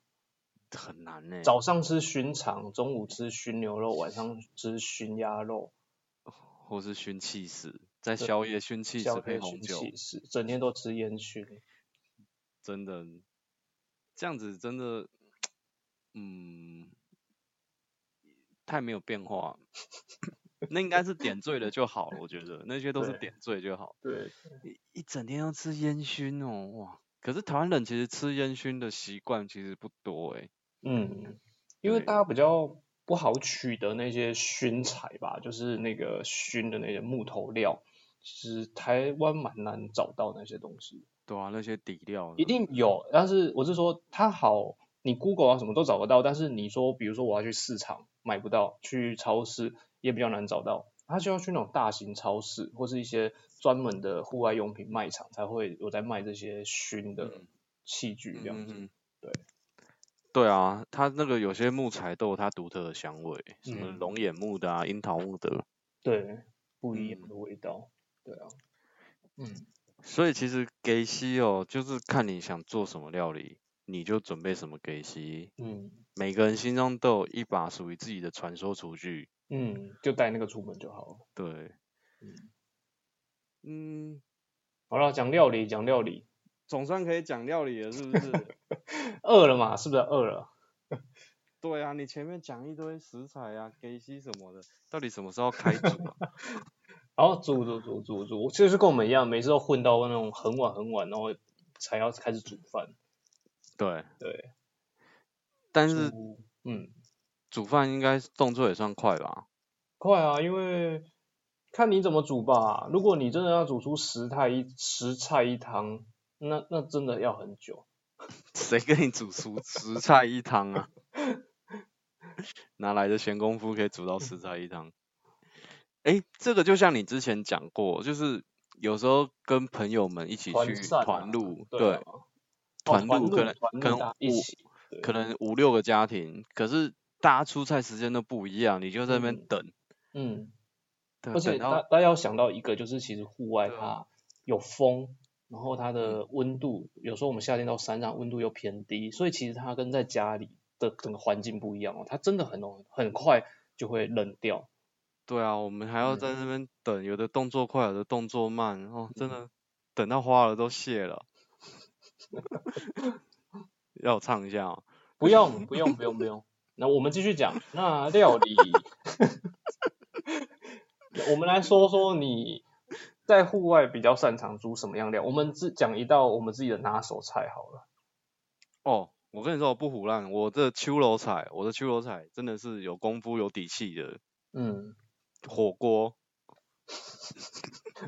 [SPEAKER 2] 很难呢、
[SPEAKER 1] 早上吃熏肠，中午吃熏牛肉，晚上吃熏鸭肉，
[SPEAKER 2] 或是熏气死，在
[SPEAKER 1] 对
[SPEAKER 2] 宵夜熏气死
[SPEAKER 1] 宵
[SPEAKER 2] 配
[SPEAKER 1] 夜
[SPEAKER 2] 红
[SPEAKER 1] 熏
[SPEAKER 2] 酒，
[SPEAKER 1] 气死，整天都吃烟熏。
[SPEAKER 2] 真的这样子真的，嗯，太没有变化。 那应该是点缀的就好了，我觉得那些都是
[SPEAKER 1] 对
[SPEAKER 2] 点缀就好。
[SPEAKER 1] 对，
[SPEAKER 2] 一一整天要吃烟熏哦，哇！可是台湾人其实吃烟熏的习惯其实不多欸诶、
[SPEAKER 1] 嗯，因为
[SPEAKER 2] 对
[SPEAKER 1] 大家比较不好取得那些熏材吧，就是那个熏的那些木头料，其实台湾蛮难找到那些东西。
[SPEAKER 2] 对啊，那些底料
[SPEAKER 1] 一定有，但是我是说它好，你 Google 啊什么都找得到，但是你说比如说我要去市场买不到，去超市也比较难找到，它就要去那种大型超市或是一些专门的户外用品卖场才会有在卖这些熏的
[SPEAKER 2] 嗯
[SPEAKER 1] 器具这样子。
[SPEAKER 2] 嗯，
[SPEAKER 1] 对。
[SPEAKER 2] 对啊，它那个有些木材都有它独特的香味，什么
[SPEAKER 1] 嗯
[SPEAKER 2] 龙眼木的啊、樱桃木的，
[SPEAKER 1] 对，不一样
[SPEAKER 2] 嗯
[SPEAKER 1] 的味道。对啊，嗯，
[SPEAKER 2] 所以其实给西哦，就是看你想做什么料理，你就准备什么给西。
[SPEAKER 1] 嗯
[SPEAKER 2] 每个人心中都有一把属于自己的传说厨具，
[SPEAKER 1] 嗯，就带那个出门就好了。
[SPEAKER 2] 对，嗯，
[SPEAKER 1] 好了，讲料理，讲料理，
[SPEAKER 2] 总算可以讲料理了，是不 是？
[SPEAKER 1] 饿了嘛？是不是饿了？
[SPEAKER 2] 对啊，你前面讲一堆食材啊，给西什么的，到底什么时候开煮啊？
[SPEAKER 1] 然后煮煮煮煮煮，就是跟我们一样，每次都混到那种很晚很晚，然后才要开始煮饭。
[SPEAKER 2] 对
[SPEAKER 1] 对，
[SPEAKER 2] 但是
[SPEAKER 1] 煮嗯，
[SPEAKER 2] 煮饭应该动作也算快吧？
[SPEAKER 1] 快啊，因为看你怎么煮吧。如果你真的要煮出十菜一十菜一汤，那那真的要很久。
[SPEAKER 2] 谁跟你煮熟十菜一汤啊？ 哪来的闲工夫可以煮到十菜一汤？诶，这个就像你之前讲过，就是有时候跟朋友们一起
[SPEAKER 1] 团
[SPEAKER 2] 去
[SPEAKER 1] 散啊
[SPEAKER 2] 团露，
[SPEAKER 1] 对啊，哦
[SPEAKER 2] 团露可能
[SPEAKER 1] 团
[SPEAKER 2] 可能
[SPEAKER 1] 大家一
[SPEAKER 2] 五
[SPEAKER 1] 起，对啊
[SPEAKER 2] 可能五六个家庭，可是大家出菜时间都不一样，你就在那边
[SPEAKER 1] 嗯
[SPEAKER 2] 等，
[SPEAKER 1] 嗯，
[SPEAKER 2] 对
[SPEAKER 1] 而且
[SPEAKER 2] 等
[SPEAKER 1] 大
[SPEAKER 2] 到
[SPEAKER 1] 大家要想到一个，就是其实户外
[SPEAKER 2] 对啊嗯
[SPEAKER 1] 它有风，然后它的温度，有时候我们夏天到山上温度又偏低，所以其实它跟在家里的整个环境不一样哦，它真的很容易很快就会冷掉。
[SPEAKER 2] 对啊，我们还要在
[SPEAKER 1] 嗯
[SPEAKER 2] 那边等，有的动作快，有的动作慢，哦，真的等到花了都谢了。要我唱一下哦，
[SPEAKER 1] 不用不用不用不用，那我们继续讲，那料理，我们来说说你在户外比较擅长煮什么样料，我们只讲一道我们自己的拿手菜好了。
[SPEAKER 2] 哦，我跟你说我不胡乱，我这秋楼菜，我的秋楼菜真的是有功夫有底气的
[SPEAKER 1] 嗯，
[SPEAKER 2] 火锅，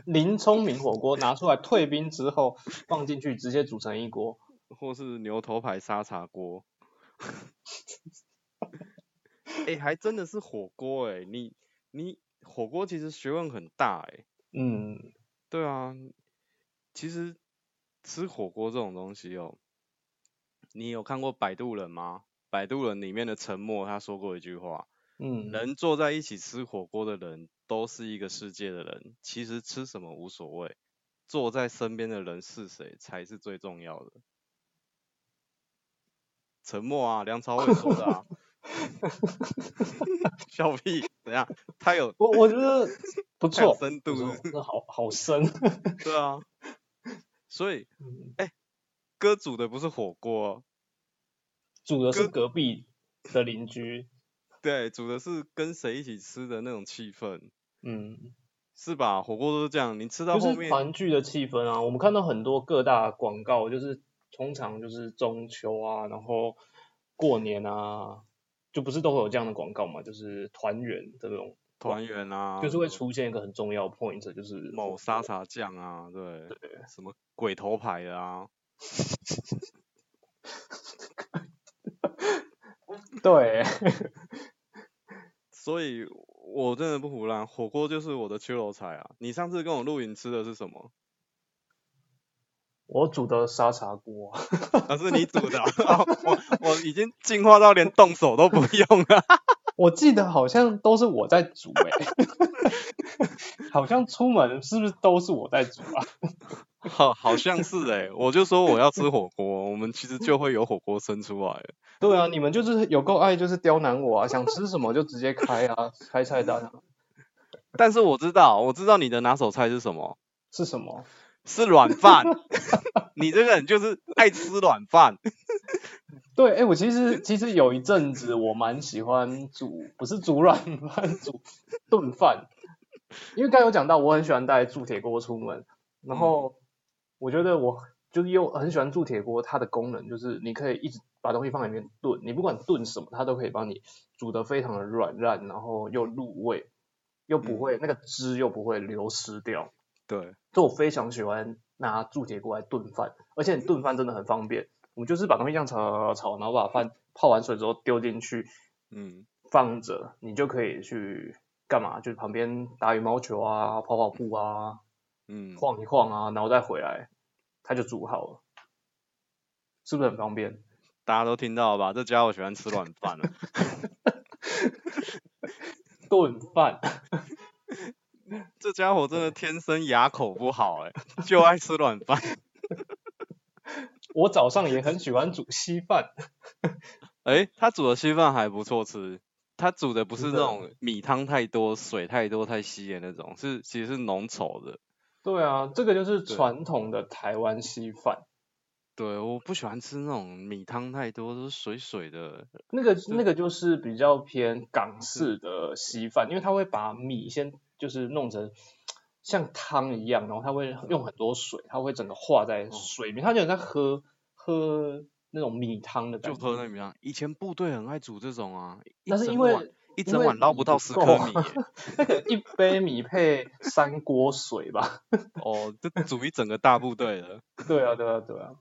[SPEAKER 1] 林聪明火锅拿出来退冰之后放进去，直接煮成一锅。
[SPEAKER 2] 或是牛头牌沙茶锅。 哎、还真的是火锅哎、你你火锅其实学问很大哎、
[SPEAKER 1] 嗯
[SPEAKER 2] 对啊，其实吃火锅这种东西哦，你有看过《摆渡人》吗？《摆渡人》里面的沉默他说过一句话：
[SPEAKER 1] 嗯，
[SPEAKER 2] 能坐在一起吃火锅的人都是一个世界的人，其实吃什么无所谓，坐在身边的人是谁才是最重要的。沉默啊，梁朝伟说 的啊，笑屁，怎样？他有
[SPEAKER 1] 我我觉得不
[SPEAKER 2] 他有
[SPEAKER 1] 错，
[SPEAKER 2] 深
[SPEAKER 1] 不
[SPEAKER 2] 度是不
[SPEAKER 1] 错
[SPEAKER 2] 是，
[SPEAKER 1] 这好好深。
[SPEAKER 2] 对啊，所以
[SPEAKER 1] 嗯
[SPEAKER 2] 哥煮的不是火锅，
[SPEAKER 1] 煮的是隔壁的邻居，
[SPEAKER 2] 对，煮的是跟谁一起吃的那种气氛，
[SPEAKER 1] 嗯，
[SPEAKER 2] 是吧？火锅都是这样，你吃到
[SPEAKER 1] 就
[SPEAKER 2] 后
[SPEAKER 1] 是
[SPEAKER 2] 面，
[SPEAKER 1] 团聚的气氛啊。我们看到很多各大广告，就是通常就是中秋啊，然后过年啊，就不是都会有这样的广告嘛，就是团圆这种，
[SPEAKER 2] 团圆啊，
[SPEAKER 1] 就是会
[SPEAKER 2] 什么
[SPEAKER 1] 出现一个很重要的 point，就是
[SPEAKER 2] 某沙茶酱啊，对，什么鬼头牌的啊，
[SPEAKER 1] 对，
[SPEAKER 2] 所以我真的不胡乱，火锅就是我的秋楼菜啊。你上次跟我录影吃的是什么？
[SPEAKER 1] 我煮的沙茶锅，
[SPEAKER 2] 那、是你煮的啊、 我我已经进化到连动手都不用了。
[SPEAKER 1] 我记得好像都是我在煮诶、 好像出门是不是都是我在煮啊？
[SPEAKER 2] 好，好像是哎、我就说我要吃火锅，我们其实就会有火锅生出来了。
[SPEAKER 1] 对啊，你们就是有够爱，就是刁难我啊，想吃什么就直接开啊，开菜单啊，
[SPEAKER 2] 但是我知道，我知道你的拿手菜是什么，
[SPEAKER 1] 是什么？
[SPEAKER 2] 是软 饭。你这个人就是爱吃软饭。
[SPEAKER 1] 对，哎、我其实其实有一阵子我蛮喜欢煮，不是煮软饭，煮炖饭，因为刚才有讲到我很喜欢带铸铁锅出门，然后我觉得我就是又很喜欢铸铁锅，它的功能就是你可以一直把东西放在里面炖，你不管炖什么，它都可以帮你煮得非常的软烂，然后又入味，又不会、那个汁又不会流失掉。
[SPEAKER 2] 对，
[SPEAKER 1] 所以我非常喜欢拿铸铁锅来炖饭，而且你炖饭真的很方便。我们就是把东西这样炒炒炒炒，然后把饭泡完水之后丢进去
[SPEAKER 2] 嗯，
[SPEAKER 1] 放着，你就可以去干嘛？就是旁边打羽毛球啊、跑跑步啊、
[SPEAKER 2] 嗯，
[SPEAKER 1] 晃一晃啊，然后再回来，它就煮好了，是不是很方便？
[SPEAKER 2] 大家都听到了吧？这家伙喜欢吃软饭啊了。
[SPEAKER 1] 炖饭，
[SPEAKER 2] 这家伙真的天生牙口不好哎、就爱吃软饭，
[SPEAKER 1] 我早上也很喜欢煮稀饭，
[SPEAKER 2] 哎、他煮的稀饭还不错吃，他煮的不是
[SPEAKER 1] 真
[SPEAKER 2] 那
[SPEAKER 1] 的
[SPEAKER 2] 种米汤太多、水太多、太稀的那种，是其实是浓稠的。
[SPEAKER 1] 对啊，这个就是
[SPEAKER 2] 对
[SPEAKER 1] 传统的台湾稀饭。
[SPEAKER 2] 对，我不喜欢吃那种米汤太多都是水水的。
[SPEAKER 1] 那个那个就是比较偏港式的稀饭，因为它会把米先就是弄成像汤一样，然后它会
[SPEAKER 2] 嗯
[SPEAKER 1] 用很多水，它会整个化在水里面，它就像在喝喝那种米汤的感
[SPEAKER 2] 就
[SPEAKER 1] 觉。
[SPEAKER 2] 喝那米汤，以前部队很爱煮这种啊，一
[SPEAKER 1] 但是
[SPEAKER 2] 整
[SPEAKER 1] 因为
[SPEAKER 2] 碗一
[SPEAKER 1] 因
[SPEAKER 2] 整
[SPEAKER 1] 为
[SPEAKER 2] 碗捞
[SPEAKER 1] 米
[SPEAKER 2] 不到
[SPEAKER 1] 不
[SPEAKER 2] 十
[SPEAKER 1] 够
[SPEAKER 2] 颗
[SPEAKER 1] 啊
[SPEAKER 2] 米耶
[SPEAKER 1] 那个一杯米配三锅水吧？
[SPEAKER 2] 哦，就煮一整个大部队了，
[SPEAKER 1] 对啊，对啊，对啊，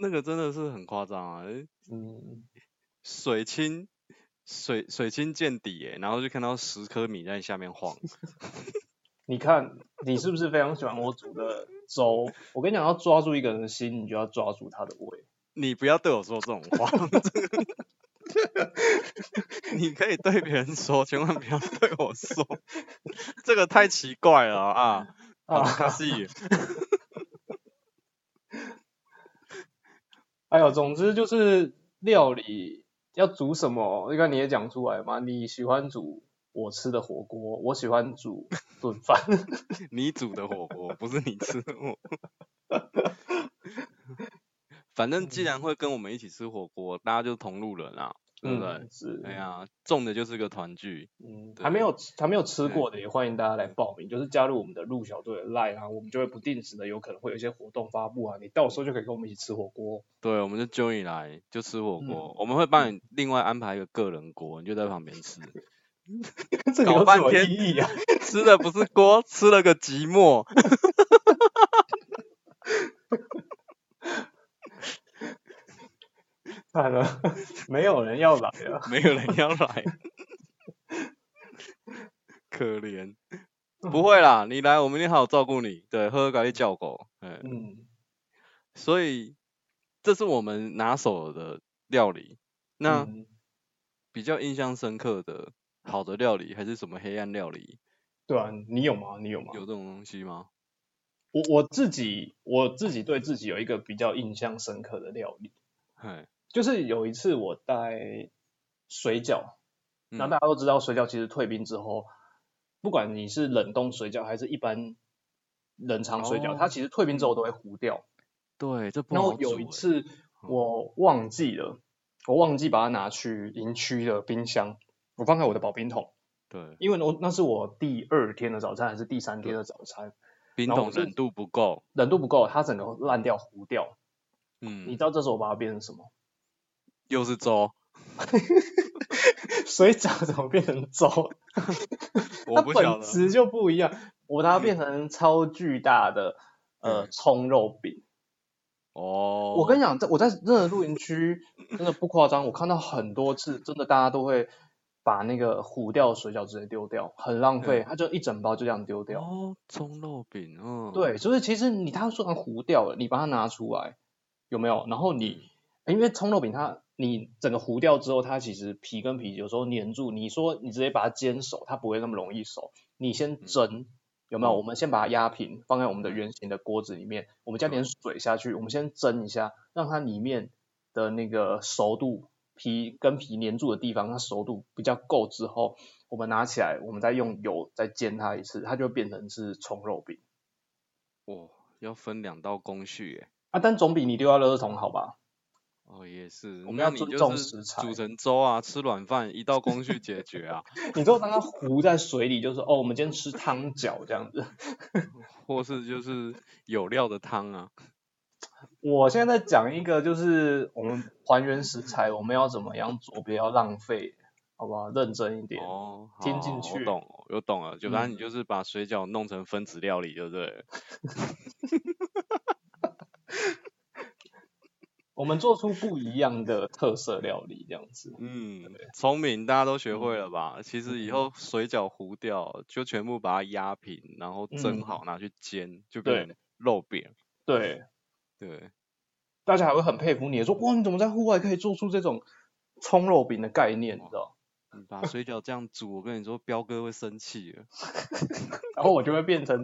[SPEAKER 2] 那个真的是很夸张啊，
[SPEAKER 1] 嗯，
[SPEAKER 2] 水清水水清见底耶，然后就看到十颗米在下面 晃，
[SPEAKER 1] 你看你是不是非常喜欢我煮的粥？我跟你讲，要抓住一个人的心，你就要抓住他的胃。
[SPEAKER 2] 你不要对我说这种 话，你可以对别人说，千万不要对我说， 这个太奇怪了啊。
[SPEAKER 1] 啊
[SPEAKER 2] 卡西，
[SPEAKER 1] 哎呦，总之就是料理要煮什么，你看你也讲出来嘛。你喜欢煮我吃的火锅，我喜欢煮炖 饭。
[SPEAKER 2] 你煮的火锅，不是你吃的火锅。反正既然会跟我们一起吃火锅，大家就同路人啊，对不对？
[SPEAKER 1] 嗯，是。
[SPEAKER 2] 哎呀，重的就是个团聚。
[SPEAKER 1] 嗯，
[SPEAKER 2] 对哎
[SPEAKER 1] 还没有还没有吃过的，也欢迎大家来报名，就是加入我们的陆小队的 line 啊，我们就会不定时的有可能会有一些活动发布啊，你到时候就可以跟我们一起吃火锅。
[SPEAKER 2] 对，我们就揪你来，就吃火
[SPEAKER 1] 嗯
[SPEAKER 2] 锅。我们会帮你另外安排一个个人锅，你就在旁边 吃。
[SPEAKER 1] 这个
[SPEAKER 2] 搞
[SPEAKER 1] 有
[SPEAKER 2] 半
[SPEAKER 1] 什么
[SPEAKER 2] 天
[SPEAKER 1] 意义啊？
[SPEAKER 2] 吃的不是锅，吃了个寂寞。
[SPEAKER 1] 看了，没有人要来了。
[SPEAKER 2] 没有人要来， 可怜。不会啦，你来，我们一定好好照顾你。对，喝咖喱叫狗，嗯，
[SPEAKER 1] 嗯
[SPEAKER 2] 所以这是我们拿手的料理。 那
[SPEAKER 1] 嗯
[SPEAKER 2] 比较印象深刻的好的料理，还是什么黑暗料理？
[SPEAKER 1] 对啊，你有吗？你有吗？
[SPEAKER 2] 有这种东西吗？
[SPEAKER 1] 我我自己我自己对自己有一个比较印象深刻的料理，
[SPEAKER 2] 嘿，
[SPEAKER 1] 就是有一次我带水饺，那
[SPEAKER 2] 嗯
[SPEAKER 1] 大家都知道水饺其实退冰之后，不管你是冷冻水饺还是一般冷藏水饺，
[SPEAKER 2] 哦
[SPEAKER 1] 它其实退冰之后都会糊掉。
[SPEAKER 2] 对，这不
[SPEAKER 1] 然
[SPEAKER 2] 好
[SPEAKER 1] 后有一
[SPEAKER 2] 煮欸
[SPEAKER 1] 次我忘记了，我忘记把它拿去营区的冰箱，我放在我的保冰桶，
[SPEAKER 2] 对
[SPEAKER 1] 因为我那是我第二天的早餐还是第三天的早餐，
[SPEAKER 2] 冰
[SPEAKER 1] 然后
[SPEAKER 2] 桶
[SPEAKER 1] 我是
[SPEAKER 2] 冷度不够，
[SPEAKER 1] 冷度不够，它整个烂掉糊掉。你
[SPEAKER 2] 嗯
[SPEAKER 1] 知，道这时候我把它变成什么？
[SPEAKER 2] 又是粥，
[SPEAKER 1] 水饺怎么变成粥？
[SPEAKER 2] 我
[SPEAKER 1] 它
[SPEAKER 2] 不晓
[SPEAKER 1] 本
[SPEAKER 2] 得。
[SPEAKER 1] 质就不一样。我把它变成超巨大的呃
[SPEAKER 2] 嗯
[SPEAKER 1] 葱肉饼。
[SPEAKER 2] 哦，
[SPEAKER 1] 我跟你讲，在我在那个露营区真的不夸张，我看到很多次，真的大家都会把那个糊掉的水饺直接丢掉，很浪费，
[SPEAKER 2] 嗯
[SPEAKER 1] 它就一整包就这样丢掉。
[SPEAKER 2] 哦，葱肉饼，嗯，，
[SPEAKER 1] 对，就是其实你它虽然糊掉了，你把它拿出来有没有？然后你因为葱肉饼它你整个糊掉之后，它其实皮跟皮有时候粘住，你说你直接把它煎熟，它不会那么容易熟。你先蒸有没有？我们先把它压平，放在我们的圆形的锅子里面，我们加点水下去，我们先蒸一下，让它里面的那个熟度皮跟皮粘住的地方，它熟度比较够之后，我们拿起来，我们再用油再煎它一次，它就变成是葱肉饼。
[SPEAKER 2] 哇，要分两道工序耶。
[SPEAKER 1] 啊，但总比你丢到垃圾桶好吧？
[SPEAKER 2] 哦，也是，
[SPEAKER 1] 我们
[SPEAKER 2] 那
[SPEAKER 1] 要
[SPEAKER 2] 你
[SPEAKER 1] 尊
[SPEAKER 2] 就
[SPEAKER 1] 重
[SPEAKER 2] 是
[SPEAKER 1] 食材
[SPEAKER 2] 煮成粥啊，吃软饭，一道工序解决啊，
[SPEAKER 1] 你知道当它糊在水里，就是哦，我们今天吃汤饺这样子。
[SPEAKER 2] 或是就是有料的汤啊。
[SPEAKER 1] 我现在在讲一个，就是我们还原食材，我们要怎么样做，不要浪费，好不好？认真一点。
[SPEAKER 2] 哦，
[SPEAKER 1] 听
[SPEAKER 2] 好
[SPEAKER 1] 进
[SPEAKER 2] 我
[SPEAKER 1] 去
[SPEAKER 2] 懂，我懂了。就反正你
[SPEAKER 1] 嗯
[SPEAKER 2] 就是把水饺弄成分子料理，对不对？
[SPEAKER 1] 我们做出不一样的特色料理，这样子。
[SPEAKER 2] 嗯， 聪明，大家都学会了吧？其实以
[SPEAKER 1] 嗯
[SPEAKER 2] 后水饺糊掉，就全部把它压平，然后蒸
[SPEAKER 1] 嗯
[SPEAKER 2] 好，拿去煎，就
[SPEAKER 1] 对
[SPEAKER 2] 变成肉饼。
[SPEAKER 1] 对，
[SPEAKER 2] 对，
[SPEAKER 1] 大家还会很佩服你，说哇，你怎么在户外可以做出这种葱肉饼的概念，你知道？
[SPEAKER 2] 你把水饺这样煮，我跟你说，彪哥会生气的，
[SPEAKER 1] 然后我就会变成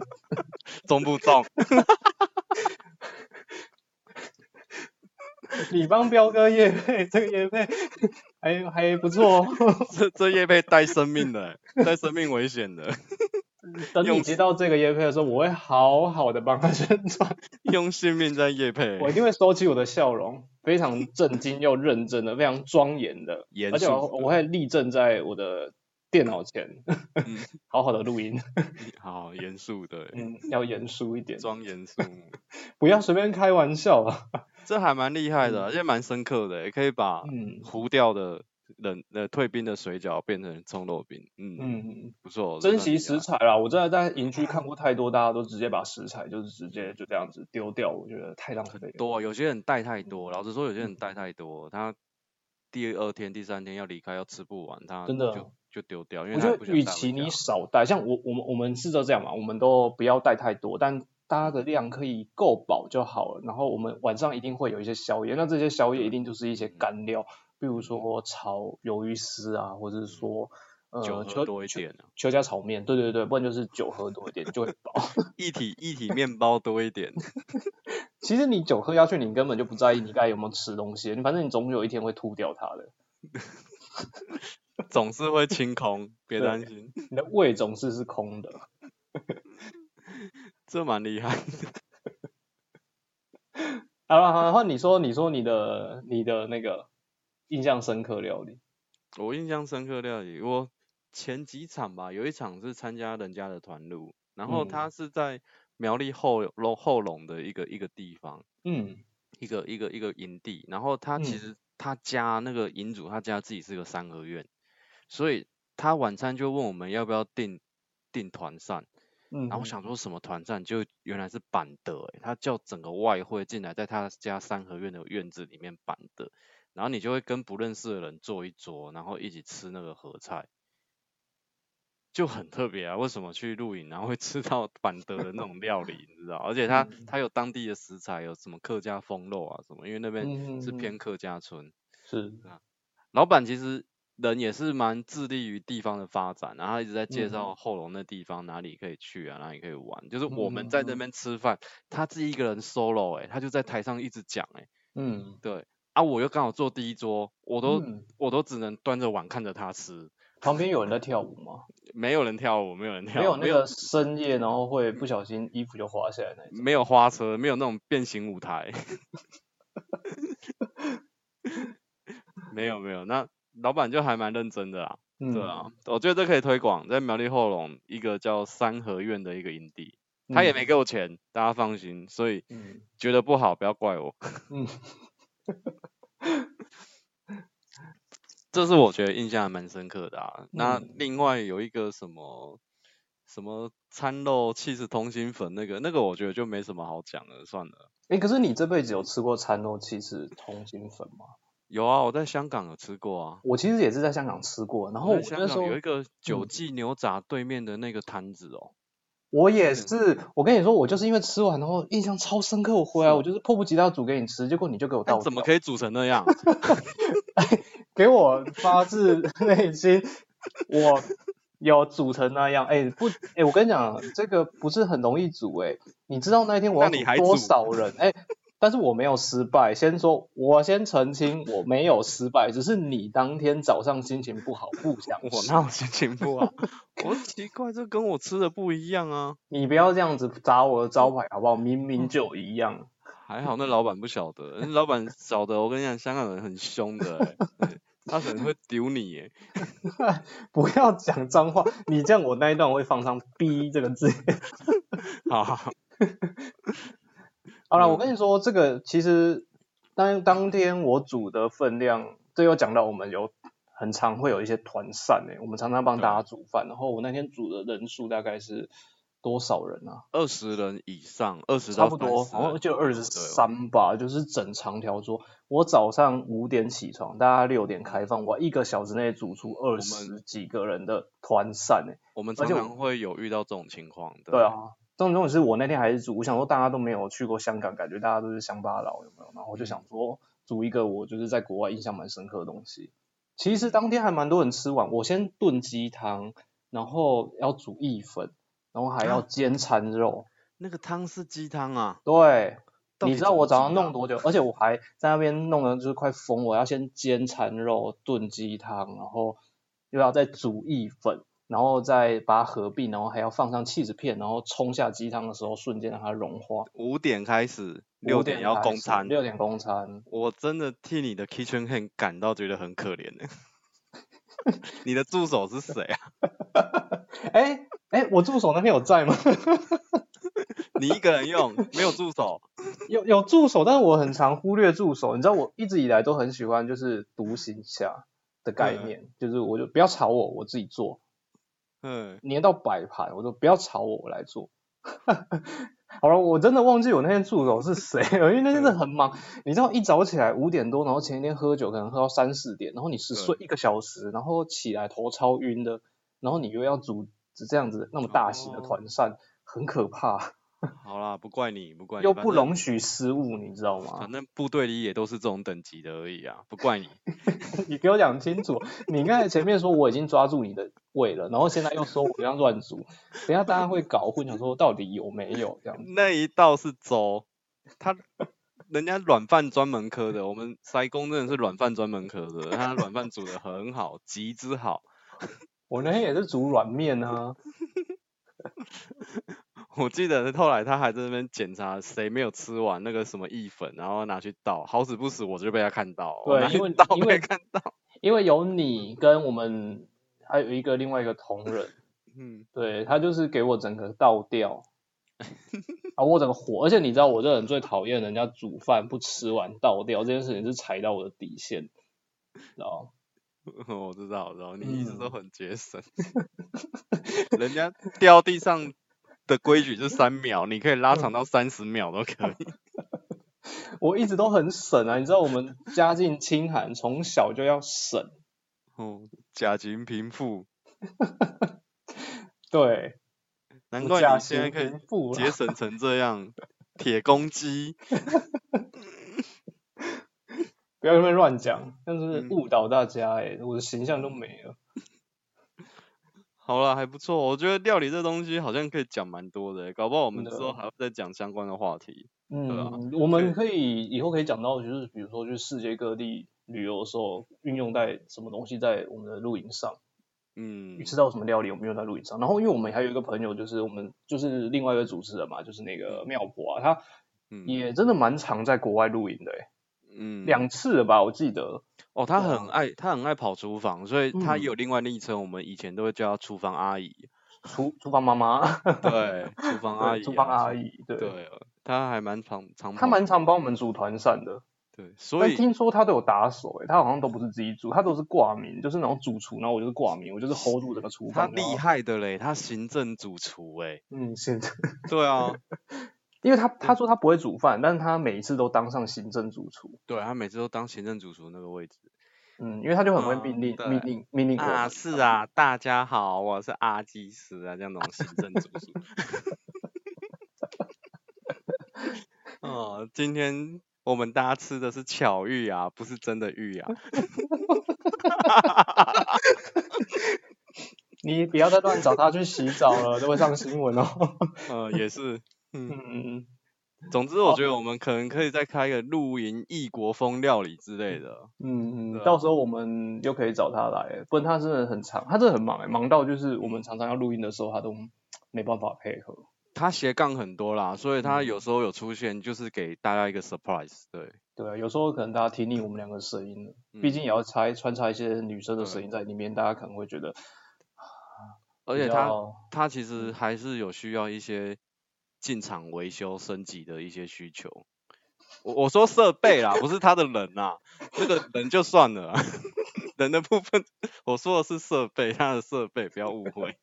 [SPEAKER 2] 中不中？
[SPEAKER 1] 你帮彪哥叶配，这个叶配还还不错、哦。
[SPEAKER 2] 这这业被带生命的欸，带生命危险的，
[SPEAKER 1] 等
[SPEAKER 2] 用
[SPEAKER 1] 你接到这个叶配的时候，我会好好的帮他宣传，
[SPEAKER 2] 用性命在业配，
[SPEAKER 1] 我一定会收起我的笑容，非常震惊又认真的，非常庄严的，
[SPEAKER 2] 严
[SPEAKER 1] 而且我
[SPEAKER 2] 肃
[SPEAKER 1] 我会立正在我的电脑前，
[SPEAKER 2] 嗯
[SPEAKER 1] 好好的录音，
[SPEAKER 2] 好严肃的，
[SPEAKER 1] 嗯，要严肃一点，
[SPEAKER 2] 装严肃，
[SPEAKER 1] 不要随便开玩笑啊，
[SPEAKER 2] 这还蛮厉害的啊，也蛮深刻的欸，可以把
[SPEAKER 1] 嗯
[SPEAKER 2] 糊掉的冷呃退冰的水饺变成葱肉饼，嗯，
[SPEAKER 1] 嗯，
[SPEAKER 2] 不错，这
[SPEAKER 1] 珍
[SPEAKER 2] 算厉
[SPEAKER 1] 惜食
[SPEAKER 2] 害，
[SPEAKER 1] 材啦，我真的在营区看过太多，大家都直接把食材就是直接就这样子丢掉，我觉得太浪费了，
[SPEAKER 2] 多啊有些人带太多，老实说，有些
[SPEAKER 1] 嗯
[SPEAKER 2] 人带太多，他第二天、第三天要离开，要吃不完，他
[SPEAKER 1] 真的
[SPEAKER 2] 就就丢掉，因为
[SPEAKER 1] 我
[SPEAKER 2] 他也
[SPEAKER 1] 觉
[SPEAKER 2] 不
[SPEAKER 1] 得，
[SPEAKER 2] 想
[SPEAKER 1] 与
[SPEAKER 2] 带回
[SPEAKER 1] 其你
[SPEAKER 2] 家
[SPEAKER 1] 少带，像我我们我们试着这样嘛，我们都不要带太多，但大家的量可以够饱就好了。然后我们晚上一定会有一些宵夜，那这些宵夜一定就是一些干料，
[SPEAKER 2] 嗯
[SPEAKER 1] 比如说炒鱿鱼丝啊，或者是说
[SPEAKER 2] 嗯酒
[SPEAKER 1] 呃
[SPEAKER 2] 喝
[SPEAKER 1] 邱
[SPEAKER 2] 多一
[SPEAKER 1] 邱
[SPEAKER 2] 点啊，
[SPEAKER 1] 邱家炒面，对对对，不然就是酒喝多一点就会饱。
[SPEAKER 2] 一体一体面包多一点，
[SPEAKER 1] 其实你酒喝下去，你根本就不在意你该有没有吃东西，你反正你总有一天会吐掉它的，
[SPEAKER 2] 总是会清空，别
[SPEAKER 1] 对
[SPEAKER 2] 担心，
[SPEAKER 1] 你的胃总是是空的。
[SPEAKER 2] 这蛮厉害。
[SPEAKER 1] 好了好了，换你说，你说你的你的那个印象深刻料理。
[SPEAKER 2] 我印象深刻料理，我前几场吧，有一场是参加人家的团路，然后
[SPEAKER 1] 嗯
[SPEAKER 2] 他是在苗栗后龙后龙的一个一个地方，
[SPEAKER 1] 嗯
[SPEAKER 2] 一个一个一个营地，然后他其
[SPEAKER 1] 嗯
[SPEAKER 2] 实他家那个营主他家自己是个三合院，所以他晚餐就问我们要不要订订团膳，
[SPEAKER 1] 嗯，
[SPEAKER 2] 然后我想说什么团战，就原来是板的、欸，他叫整个外汇进来，在他家三合院的院子里面板的，然后你就会跟不认识的人坐一桌，然后一起吃那个合菜，就很特别啊！为什么去露营然后会吃到板德的那种料理，你知道？而且他
[SPEAKER 1] 嗯
[SPEAKER 2] 他有当地的食材，有什么客家风肉啊什么，因为那边
[SPEAKER 1] 嗯
[SPEAKER 2] 是
[SPEAKER 1] 嗯嗯
[SPEAKER 2] 偏客家村，
[SPEAKER 1] 是，
[SPEAKER 2] 老板其实人也是蛮致力于地方的发展，然后他一直在介
[SPEAKER 1] 嗯
[SPEAKER 2] 绍后龙那地方哪里可以去啊，哪里可以玩。就是我们在那
[SPEAKER 1] 嗯
[SPEAKER 2] 边吃饭，他自己一个人 solo 哎、他就在台上一直讲哎、
[SPEAKER 1] 嗯，
[SPEAKER 2] 对啊，我又刚好坐第一桌，我都、
[SPEAKER 1] 嗯
[SPEAKER 2] 我都只能端着碗看着他吃，
[SPEAKER 1] 旁边有人在跳舞吗？
[SPEAKER 2] 没有人跳舞，没有人跳舞，
[SPEAKER 1] 没有那个深夜，然后会不小心衣服就滑下来那种。
[SPEAKER 2] 没有花车，没有那种变形 舞台。没有没有，那老板就还蛮认真的啦。
[SPEAKER 1] 嗯，
[SPEAKER 2] 对啊，我觉得这可以推广，在苗栗后龙一个叫三合院的一个营地，
[SPEAKER 1] 嗯，
[SPEAKER 2] 他也没给我钱，大家放心，所以
[SPEAKER 1] 嗯，
[SPEAKER 2] 觉得不好不要怪我。
[SPEAKER 1] 嗯，
[SPEAKER 2] 这是我觉得印象还蛮深刻的
[SPEAKER 1] 嗯
[SPEAKER 2] 啊。那另外有一个什么什么餐肉气势通心粉那个，那个我觉得就没什么好讲了，算了。
[SPEAKER 1] 哎，可是你这辈子有吃过蚕豆气是通心粉吗？
[SPEAKER 2] 有啊，我在香港有吃过啊。
[SPEAKER 1] 我其实也是在香港吃过，然后
[SPEAKER 2] 我
[SPEAKER 1] 我
[SPEAKER 2] 在
[SPEAKER 1] 那
[SPEAKER 2] 香
[SPEAKER 1] 时候嗯
[SPEAKER 2] 港有一个九记牛杂对面的那个摊子哦，
[SPEAKER 1] 我也是，我跟你说，我就是因为吃完然后印象超深刻，我回来
[SPEAKER 2] 是
[SPEAKER 1] 我就是迫不及待要煮给你吃，结果你就哦给我
[SPEAKER 2] 但
[SPEAKER 1] 倒
[SPEAKER 2] 哎怎么
[SPEAKER 1] 掉
[SPEAKER 2] 可以煮成那样？啊
[SPEAKER 1] 给我发自 内心，我有煮成那样。哎、不，哎、我跟你讲，这个不是很容易煮、哎，你知道那一天我要
[SPEAKER 2] 那你
[SPEAKER 1] 煮
[SPEAKER 2] 还
[SPEAKER 1] 多
[SPEAKER 2] 煮
[SPEAKER 1] 少人？哎、但是我没有失败。先说，我先澄清，我没有失败，只是你当天早上心情不好，不想
[SPEAKER 2] 我
[SPEAKER 1] 吃。
[SPEAKER 2] 哪有心情 不好？我奇怪，这跟我吃的不一样啊。
[SPEAKER 1] 你不要这样子砸我的招牌好不好？明明就一样。
[SPEAKER 2] 还好那老板不晓得， 那老板晓得，我跟你讲，香港人很凶的、欸对，他可能会丢你欸耶、嗯
[SPEAKER 1] 不要讲脏话，你这样我那一段我会放上“逼”这个字。
[SPEAKER 2] 好好，好
[SPEAKER 1] 好了，
[SPEAKER 2] 嗯
[SPEAKER 1] 我跟你说，这个其实当当天我煮的分量，这又讲到我们有很常会有一些团膳诶、我们常常帮
[SPEAKER 2] 对
[SPEAKER 1] 大家煮饭，然后我那天煮的人数大概是多少人啊？
[SPEAKER 2] 二十人以上，二十
[SPEAKER 1] 差
[SPEAKER 2] 到
[SPEAKER 1] 不多，
[SPEAKER 2] 30
[SPEAKER 1] 好像
[SPEAKER 2] 人
[SPEAKER 1] 就二十三吧，就是整长条桌。我早上五点起床，大家六点开饭，我一个小时内煮出二十几个人的团欸膳诶、
[SPEAKER 2] 我们
[SPEAKER 1] 而
[SPEAKER 2] 常
[SPEAKER 1] 且我
[SPEAKER 2] 常会有遇到这种情况。对
[SPEAKER 1] 对，啊，重重点是我那天还是煮，我想说大家都没有去过香港，感觉大家都是乡巴佬，有没有？然后我
[SPEAKER 2] 嗯
[SPEAKER 1] 就想说煮一个我就是在国外印象蛮深刻的东西。其实当天还蛮多人吃完，我先炖鸡汤，然后要煮意粉，然后还要
[SPEAKER 2] 啊
[SPEAKER 1] 煎餐肉。
[SPEAKER 2] 那个汤是鸡汤啊，
[SPEAKER 1] 对，
[SPEAKER 2] 到
[SPEAKER 1] 你
[SPEAKER 2] 底
[SPEAKER 1] 知道
[SPEAKER 2] 怎么
[SPEAKER 1] 我早上
[SPEAKER 2] 煮的啊
[SPEAKER 1] 弄多久？而且我还在那边弄的就是快疯，我要先煎蚕肉、炖鸡汤，然后又要再煮意粉，然后再把它合并，然后还要放上 cheese 片，然后冲下鸡汤的时候瞬间让它融化。
[SPEAKER 2] 五点开始，六
[SPEAKER 1] 5
[SPEAKER 2] 点要
[SPEAKER 1] 开
[SPEAKER 2] 供
[SPEAKER 1] 始
[SPEAKER 2] 餐。
[SPEAKER 1] 六点供餐。
[SPEAKER 2] 我真的替你的 kitchen hand 感到觉得很可怜呢、 你的助手是谁啊？
[SPEAKER 1] 哎哎，我助手那天有在吗？
[SPEAKER 2] 你一个人用，没有助手。
[SPEAKER 1] 有有助手，但是我很常忽略助手。你知道我一直以来都很喜欢就是独行侠的概
[SPEAKER 2] 嗯
[SPEAKER 1] 念，就是我就不要吵我，我自己做。
[SPEAKER 2] 嗯，
[SPEAKER 1] 捏到摆盘，我说不要吵我，我来做。 好了，我真的忘记我那天助手是谁了，因为那天真的很忙。你知道，一早起来五点多，然后前一天喝酒，可能喝到三四点，然后你只睡一个小时，然后起来头超晕的，然后你又要煮这样子那么大型的
[SPEAKER 2] 哦
[SPEAKER 1] 团扇，很可怕，
[SPEAKER 2] 好啦，不怪你，不怪你，
[SPEAKER 1] 又
[SPEAKER 2] 反
[SPEAKER 1] 不啊
[SPEAKER 2] 正
[SPEAKER 1] 容许失误，你知道吗
[SPEAKER 2] 反？正部队里也都是这种等级的而已啊，不 怪你。
[SPEAKER 1] 你给我讲清楚，你刚才前面说我已经抓住你的胃了，然后现在又说我这样乱煮，等一下大家会搞混，想说到底有没有这样子。
[SPEAKER 2] 那一道是粥，他人家软饭专门科的，我们塞工真的是软饭专门科的，他软饭煮的很好，极之好。
[SPEAKER 1] 我那天也是煮软面啊，
[SPEAKER 2] 我记得后来他还在那边检查谁没有吃完那个什么意粉，然后拿去倒，好死不死我就被他看到，我
[SPEAKER 1] 对
[SPEAKER 2] 拿去
[SPEAKER 1] 因为
[SPEAKER 2] 倒
[SPEAKER 1] 因为
[SPEAKER 2] 被看到，
[SPEAKER 1] 因为有你跟我们还有一个另外一个同仁，
[SPEAKER 2] 嗯，
[SPEAKER 1] 对他就是给我整个倒 掉，啊，我整个火，而且你知道我这人最讨厌人家煮饭不吃完倒掉这件事情是踩到我的底线，知道吗
[SPEAKER 2] 我知道，我知道，你一直都
[SPEAKER 1] 嗯
[SPEAKER 2] 很节省， 人家掉地上的规矩是三秒，你可以拉
[SPEAKER 1] 嗯
[SPEAKER 2] 长到三十秒都可 以，
[SPEAKER 1] 我一直都很省啊，你知道我们家境清寒，从小就要省，
[SPEAKER 2] 哦，假金贫富，
[SPEAKER 1] 对，
[SPEAKER 2] 难
[SPEAKER 1] 我嗯
[SPEAKER 2] 怪
[SPEAKER 1] 假
[SPEAKER 2] 你现在
[SPEAKER 1] 型
[SPEAKER 2] 可以
[SPEAKER 1] 贫富啦
[SPEAKER 2] 节省成这样，铁公鸡，
[SPEAKER 1] 不要在那边乱讲，但是
[SPEAKER 2] 嗯
[SPEAKER 1] 误导大家哎、我的形象都没了。
[SPEAKER 2] 好啦，还不错，我觉得料理这东西好像可以讲蛮多的欸，搞不好我们
[SPEAKER 1] 真
[SPEAKER 2] 之
[SPEAKER 1] 的
[SPEAKER 2] 后还会再讲相关的话题。啊
[SPEAKER 1] 嗯，我们可以以后可以讲到，就是比如说去世界各地旅游的时候，运用在什么东西在我们的露营上，
[SPEAKER 2] 嗯，
[SPEAKER 1] 吃到什么料理我们用在露营上。然后，因为我们还有一个朋友，就是我们就是另外一个主持人嘛，就是那个妙婆啊，她
[SPEAKER 2] 嗯
[SPEAKER 1] 也真的蛮常在国外露营的、欸，
[SPEAKER 2] 嗯，
[SPEAKER 1] 两次了吧，我记得。
[SPEAKER 2] 哦，他
[SPEAKER 1] 对啊
[SPEAKER 2] 很爱他很爱跑厨房，所以他
[SPEAKER 1] 嗯
[SPEAKER 2] 也有另外昵称，我们以前都会叫他厨房阿姨。
[SPEAKER 1] 厨厨房妈妈，
[SPEAKER 2] 对，厨房阿姨啊，
[SPEAKER 1] 厨房阿姨，对，
[SPEAKER 2] 对，他还蛮常常
[SPEAKER 1] 她
[SPEAKER 2] 跑
[SPEAKER 1] 蛮常帮我们煮团扇的。
[SPEAKER 2] 对，所
[SPEAKER 1] 但
[SPEAKER 2] 以
[SPEAKER 1] 听说他都有打手、欸，哎，他好像都不是自己煮，他都是挂名，就是那种主厨，然后我就是挂名，我就是 hold 住整个厨
[SPEAKER 2] 他
[SPEAKER 1] 房。然啊
[SPEAKER 2] 厉
[SPEAKER 1] 后
[SPEAKER 2] 害的嘞，他行政主厨哎，
[SPEAKER 1] 嗯，现在
[SPEAKER 2] 对啊，
[SPEAKER 1] 因为他他说他不会煮饭，但是他每一次都当上行政主厨，
[SPEAKER 2] 对他每次都当行政主厨那个位置。
[SPEAKER 1] 嗯，因为他就很会
[SPEAKER 2] 嗯
[SPEAKER 1] 命令、
[SPEAKER 2] 对
[SPEAKER 1] 命令命令
[SPEAKER 2] 啊，是，啊，大家好，我是阿基斯啊，这样那种行政主厨。哦，今天我们大家吃的是巧遇啊，不是真的玉啊。
[SPEAKER 1] 你不要再乱找他去洗澡了，都会上新闻哦。
[SPEAKER 2] 呃，也是。 嗯，
[SPEAKER 1] 嗯，
[SPEAKER 2] 总之
[SPEAKER 1] 哦
[SPEAKER 2] 我觉得我们可能可以再开一个露营异国风料理之类的。
[SPEAKER 1] 嗯嗯，
[SPEAKER 2] 对啊
[SPEAKER 1] 到时候我们又可以找他来，不然他真的很长，他真的很忙哎，忙到就是我们常常要录音的时候，他都没办法配合。
[SPEAKER 2] 他斜杠很多啦，所以他
[SPEAKER 1] 嗯
[SPEAKER 2] 有时候有出现，就是给大家一个 surprise。对，
[SPEAKER 1] 对啊，有时候可能大家听腻我们两个声音了，
[SPEAKER 2] 嗯
[SPEAKER 1] 毕竟也要拆穿插一些女生的
[SPEAKER 2] 对
[SPEAKER 1] 声音在里面，大家可能会觉得
[SPEAKER 2] 而
[SPEAKER 1] 比
[SPEAKER 2] 且
[SPEAKER 1] 较，嗯
[SPEAKER 2] 他他其实还是有需要一些进场维修升级的一些需求。我我说设备啦，不是他的人啦，那个人就算了 啦人的部分我说的是设备，他的设备不要误会。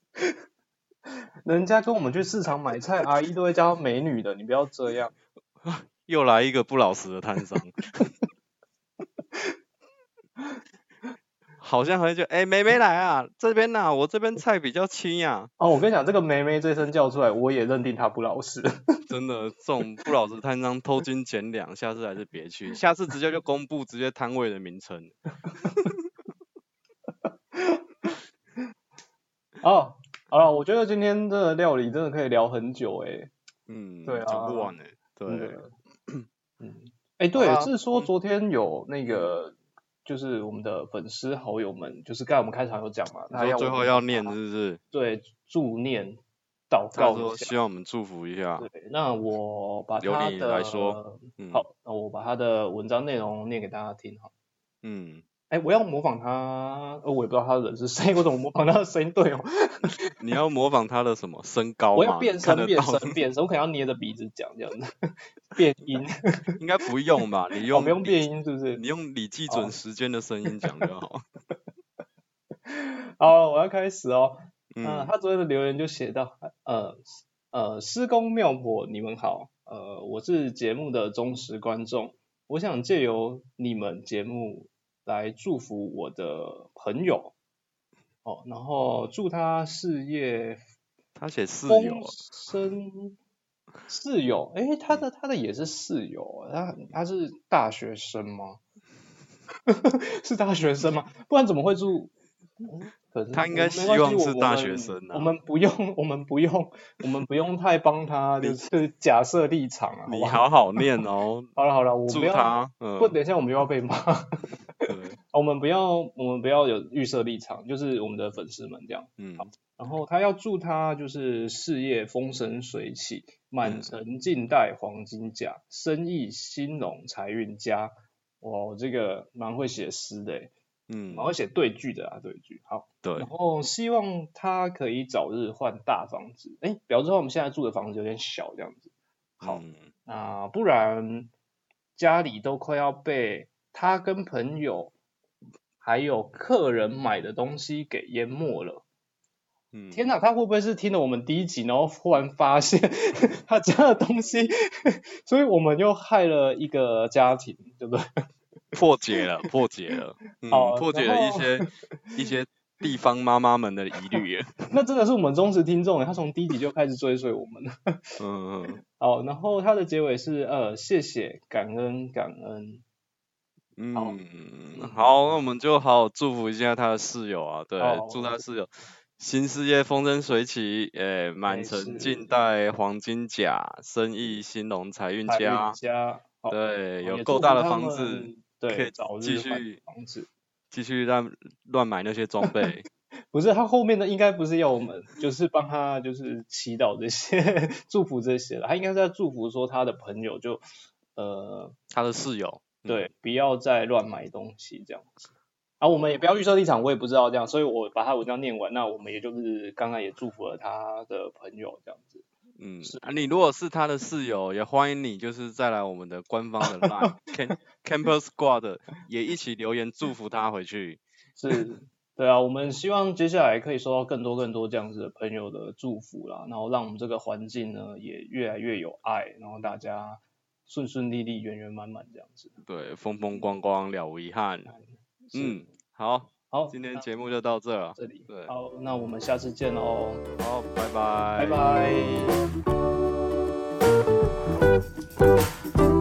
[SPEAKER 1] 人家跟我们去市场买菜，阿姨都会叫她美女的，你不要这样。
[SPEAKER 2] 又来一个不老实的摊商， 好像很久哎，妹妹来啊，这边呐、我这边菜比较轻啊呀、
[SPEAKER 1] 哦，我跟你讲，这个梅梅这声叫出来，我也认定她不老实。
[SPEAKER 2] 真的，这种不老实摊商偷斤减两，下次还是别
[SPEAKER 1] 嗯
[SPEAKER 2] 去，下次直接就公布直接摊位的名称。
[SPEAKER 1] 哦，好了，我觉得今天这个料理真的可以聊很久诶、
[SPEAKER 2] 嗯，
[SPEAKER 1] 对
[SPEAKER 2] 讲不
[SPEAKER 1] 啊
[SPEAKER 2] 完哎、
[SPEAKER 1] 真
[SPEAKER 2] 对，
[SPEAKER 1] 的嗯，哎、对，
[SPEAKER 2] 好啊
[SPEAKER 1] 是说昨天有那个，就是我们的粉丝好友们，就是刚才我们开场有讲嘛，他
[SPEAKER 2] 你
[SPEAKER 1] 要
[SPEAKER 2] 说最
[SPEAKER 1] 我
[SPEAKER 2] 后
[SPEAKER 1] 们
[SPEAKER 2] 要
[SPEAKER 1] 把
[SPEAKER 2] 念是不是？
[SPEAKER 1] 对助念祷
[SPEAKER 2] 他
[SPEAKER 1] 告一
[SPEAKER 2] 说
[SPEAKER 1] 下。
[SPEAKER 2] 希望我们祝福一下，
[SPEAKER 1] 对，那我把
[SPEAKER 2] 由
[SPEAKER 1] 他
[SPEAKER 2] 你
[SPEAKER 1] 的
[SPEAKER 2] 来说嗯，
[SPEAKER 1] 好，那我把他的文章内容念给大家听哈。
[SPEAKER 2] 嗯，
[SPEAKER 1] 哎，我要模仿他，呃，我也不知道他的人是谁，我怎么模仿他的声音对哦？
[SPEAKER 2] 你要模仿他的什么身高
[SPEAKER 1] 我
[SPEAKER 2] 吗？
[SPEAKER 1] 要
[SPEAKER 2] 你
[SPEAKER 1] 变声，
[SPEAKER 2] 看得
[SPEAKER 1] 变
[SPEAKER 2] 到
[SPEAKER 1] 声，变声，我可能要捏着鼻子讲这样子， 变音，
[SPEAKER 2] 应该不用吧？你
[SPEAKER 1] 我
[SPEAKER 2] 用
[SPEAKER 1] 不用
[SPEAKER 2] 你
[SPEAKER 1] 哦变音是不是？
[SPEAKER 2] 你用李记准
[SPEAKER 1] 哦
[SPEAKER 2] 时间的声音讲 就好。
[SPEAKER 1] 好，我要开始哦。呃，
[SPEAKER 2] 嗯，
[SPEAKER 1] 他昨天的留言就写到，呃呃，师公妙婆，你们好，呃，我是节目的忠实观众，我想借由你们节目来祝福我的朋友，哦，然后祝他事业
[SPEAKER 2] 他写室
[SPEAKER 1] 风
[SPEAKER 2] 友，
[SPEAKER 1] 生。室友，诶，他的他的也是室友，啊他他是大学生吗？ 是大学生吗？不然怎么会住？嗯可是
[SPEAKER 2] 他应该
[SPEAKER 1] 没
[SPEAKER 2] 希
[SPEAKER 1] 关系
[SPEAKER 2] 望
[SPEAKER 1] 我
[SPEAKER 2] 是
[SPEAKER 1] 我
[SPEAKER 2] 大
[SPEAKER 1] 们
[SPEAKER 2] 学生啊
[SPEAKER 1] 我们不用，我们不用，我们不用太帮 他，就是假设立场啊。
[SPEAKER 2] 你
[SPEAKER 1] 不，
[SPEAKER 2] 好好 念哦，
[SPEAKER 1] 好了好了，我
[SPEAKER 2] 祝
[SPEAKER 1] 不要，
[SPEAKER 2] 他，嗯，
[SPEAKER 1] 不，等一下我们又要被骂。
[SPEAKER 2] 对，
[SPEAKER 1] 我们不要，我们不要有预设立场，就是我们的粉丝们这样。
[SPEAKER 2] 嗯，
[SPEAKER 1] 然后他要祝他就是事业风生水起，
[SPEAKER 2] 嗯
[SPEAKER 1] 满城尽带黄金甲，生意兴隆，财运佳。哇，我这个蛮会写诗的欸，
[SPEAKER 2] 嗯
[SPEAKER 1] 蛮，会写对句的啊，对句。好，
[SPEAKER 2] 对
[SPEAKER 1] 然，后希望他可以早日换大房子。哎，表示我们现在住的房子有点小这样子。好，
[SPEAKER 2] 嗯
[SPEAKER 1] 啊、不然家里都快要被他跟朋友还有客人买的东西给淹没了。
[SPEAKER 2] 嗯，
[SPEAKER 1] 天呐，他会不会是听了我们第一集，然后忽然发 现他家的东西， 所以我们又害了一个家庭，对不 对？
[SPEAKER 2] 破解了，破解 了，嗯，
[SPEAKER 1] 好
[SPEAKER 2] 破解
[SPEAKER 1] 然
[SPEAKER 2] 了一
[SPEAKER 1] 后
[SPEAKER 2] 些一些地方妈妈们的疑虑 耶，
[SPEAKER 1] 那真的是我们忠实听众耶，欸他从第一集就开始追随我们了。
[SPEAKER 2] 嗯嗯
[SPEAKER 1] 好，然后他的结尾是呃，谢谢，感恩，感恩。好
[SPEAKER 2] 嗯，好，那我们就好好祝福一下他的室友啊，对，
[SPEAKER 1] 好
[SPEAKER 2] 祝他室友新事业风生水起，诶，满
[SPEAKER 1] 没
[SPEAKER 2] 城
[SPEAKER 1] 事
[SPEAKER 2] 尽带黄金甲，生意兴隆，财运
[SPEAKER 1] 财运
[SPEAKER 2] 佳，
[SPEAKER 1] 家，好，
[SPEAKER 2] 对，
[SPEAKER 1] 也
[SPEAKER 2] 有
[SPEAKER 1] 祝
[SPEAKER 2] 够
[SPEAKER 1] 福
[SPEAKER 2] 大的
[SPEAKER 1] 他
[SPEAKER 2] 房子，
[SPEAKER 1] 们，对，
[SPEAKER 2] 可以
[SPEAKER 1] 早
[SPEAKER 2] 继
[SPEAKER 1] 日换
[SPEAKER 2] 续
[SPEAKER 1] 房子。
[SPEAKER 2] 继续乱乱买那些装备，
[SPEAKER 1] 不是，他后面的应该不是要我 们，就是帮他就是祈祷这些， 祝福这些了。他应该是在祝福说他的朋友就呃
[SPEAKER 2] 他的室友，嗯
[SPEAKER 1] 对，不要再乱买东西这样子。啊，我们也不要预设立场，我也不知道这样，所以我把他文章念完，那我们也就是刚刚也祝福了他的朋友这样子。
[SPEAKER 2] 嗯
[SPEAKER 1] 是，
[SPEAKER 2] 啊，你如果是他的室友，也欢迎你，就是再来我们的官方的 Line Camp Campus Squad 也一起留言祝福他回去。
[SPEAKER 1] 是，对啊，我们希望接下来可以收到更多更多这样子的朋友的祝福啦，然后让我们这个环境呢也越来越有爱，然后大家顺顺利利、圆圆满满这样子。
[SPEAKER 2] 对，风风光光了无遗憾。
[SPEAKER 1] 是，
[SPEAKER 2] 嗯，好，
[SPEAKER 1] 好，
[SPEAKER 2] 今天
[SPEAKER 1] 那
[SPEAKER 2] 节目就到这了。
[SPEAKER 1] 这里，
[SPEAKER 2] 对，
[SPEAKER 1] 好，那我们下次见喽，
[SPEAKER 2] 好，拜拜，
[SPEAKER 1] 拜拜。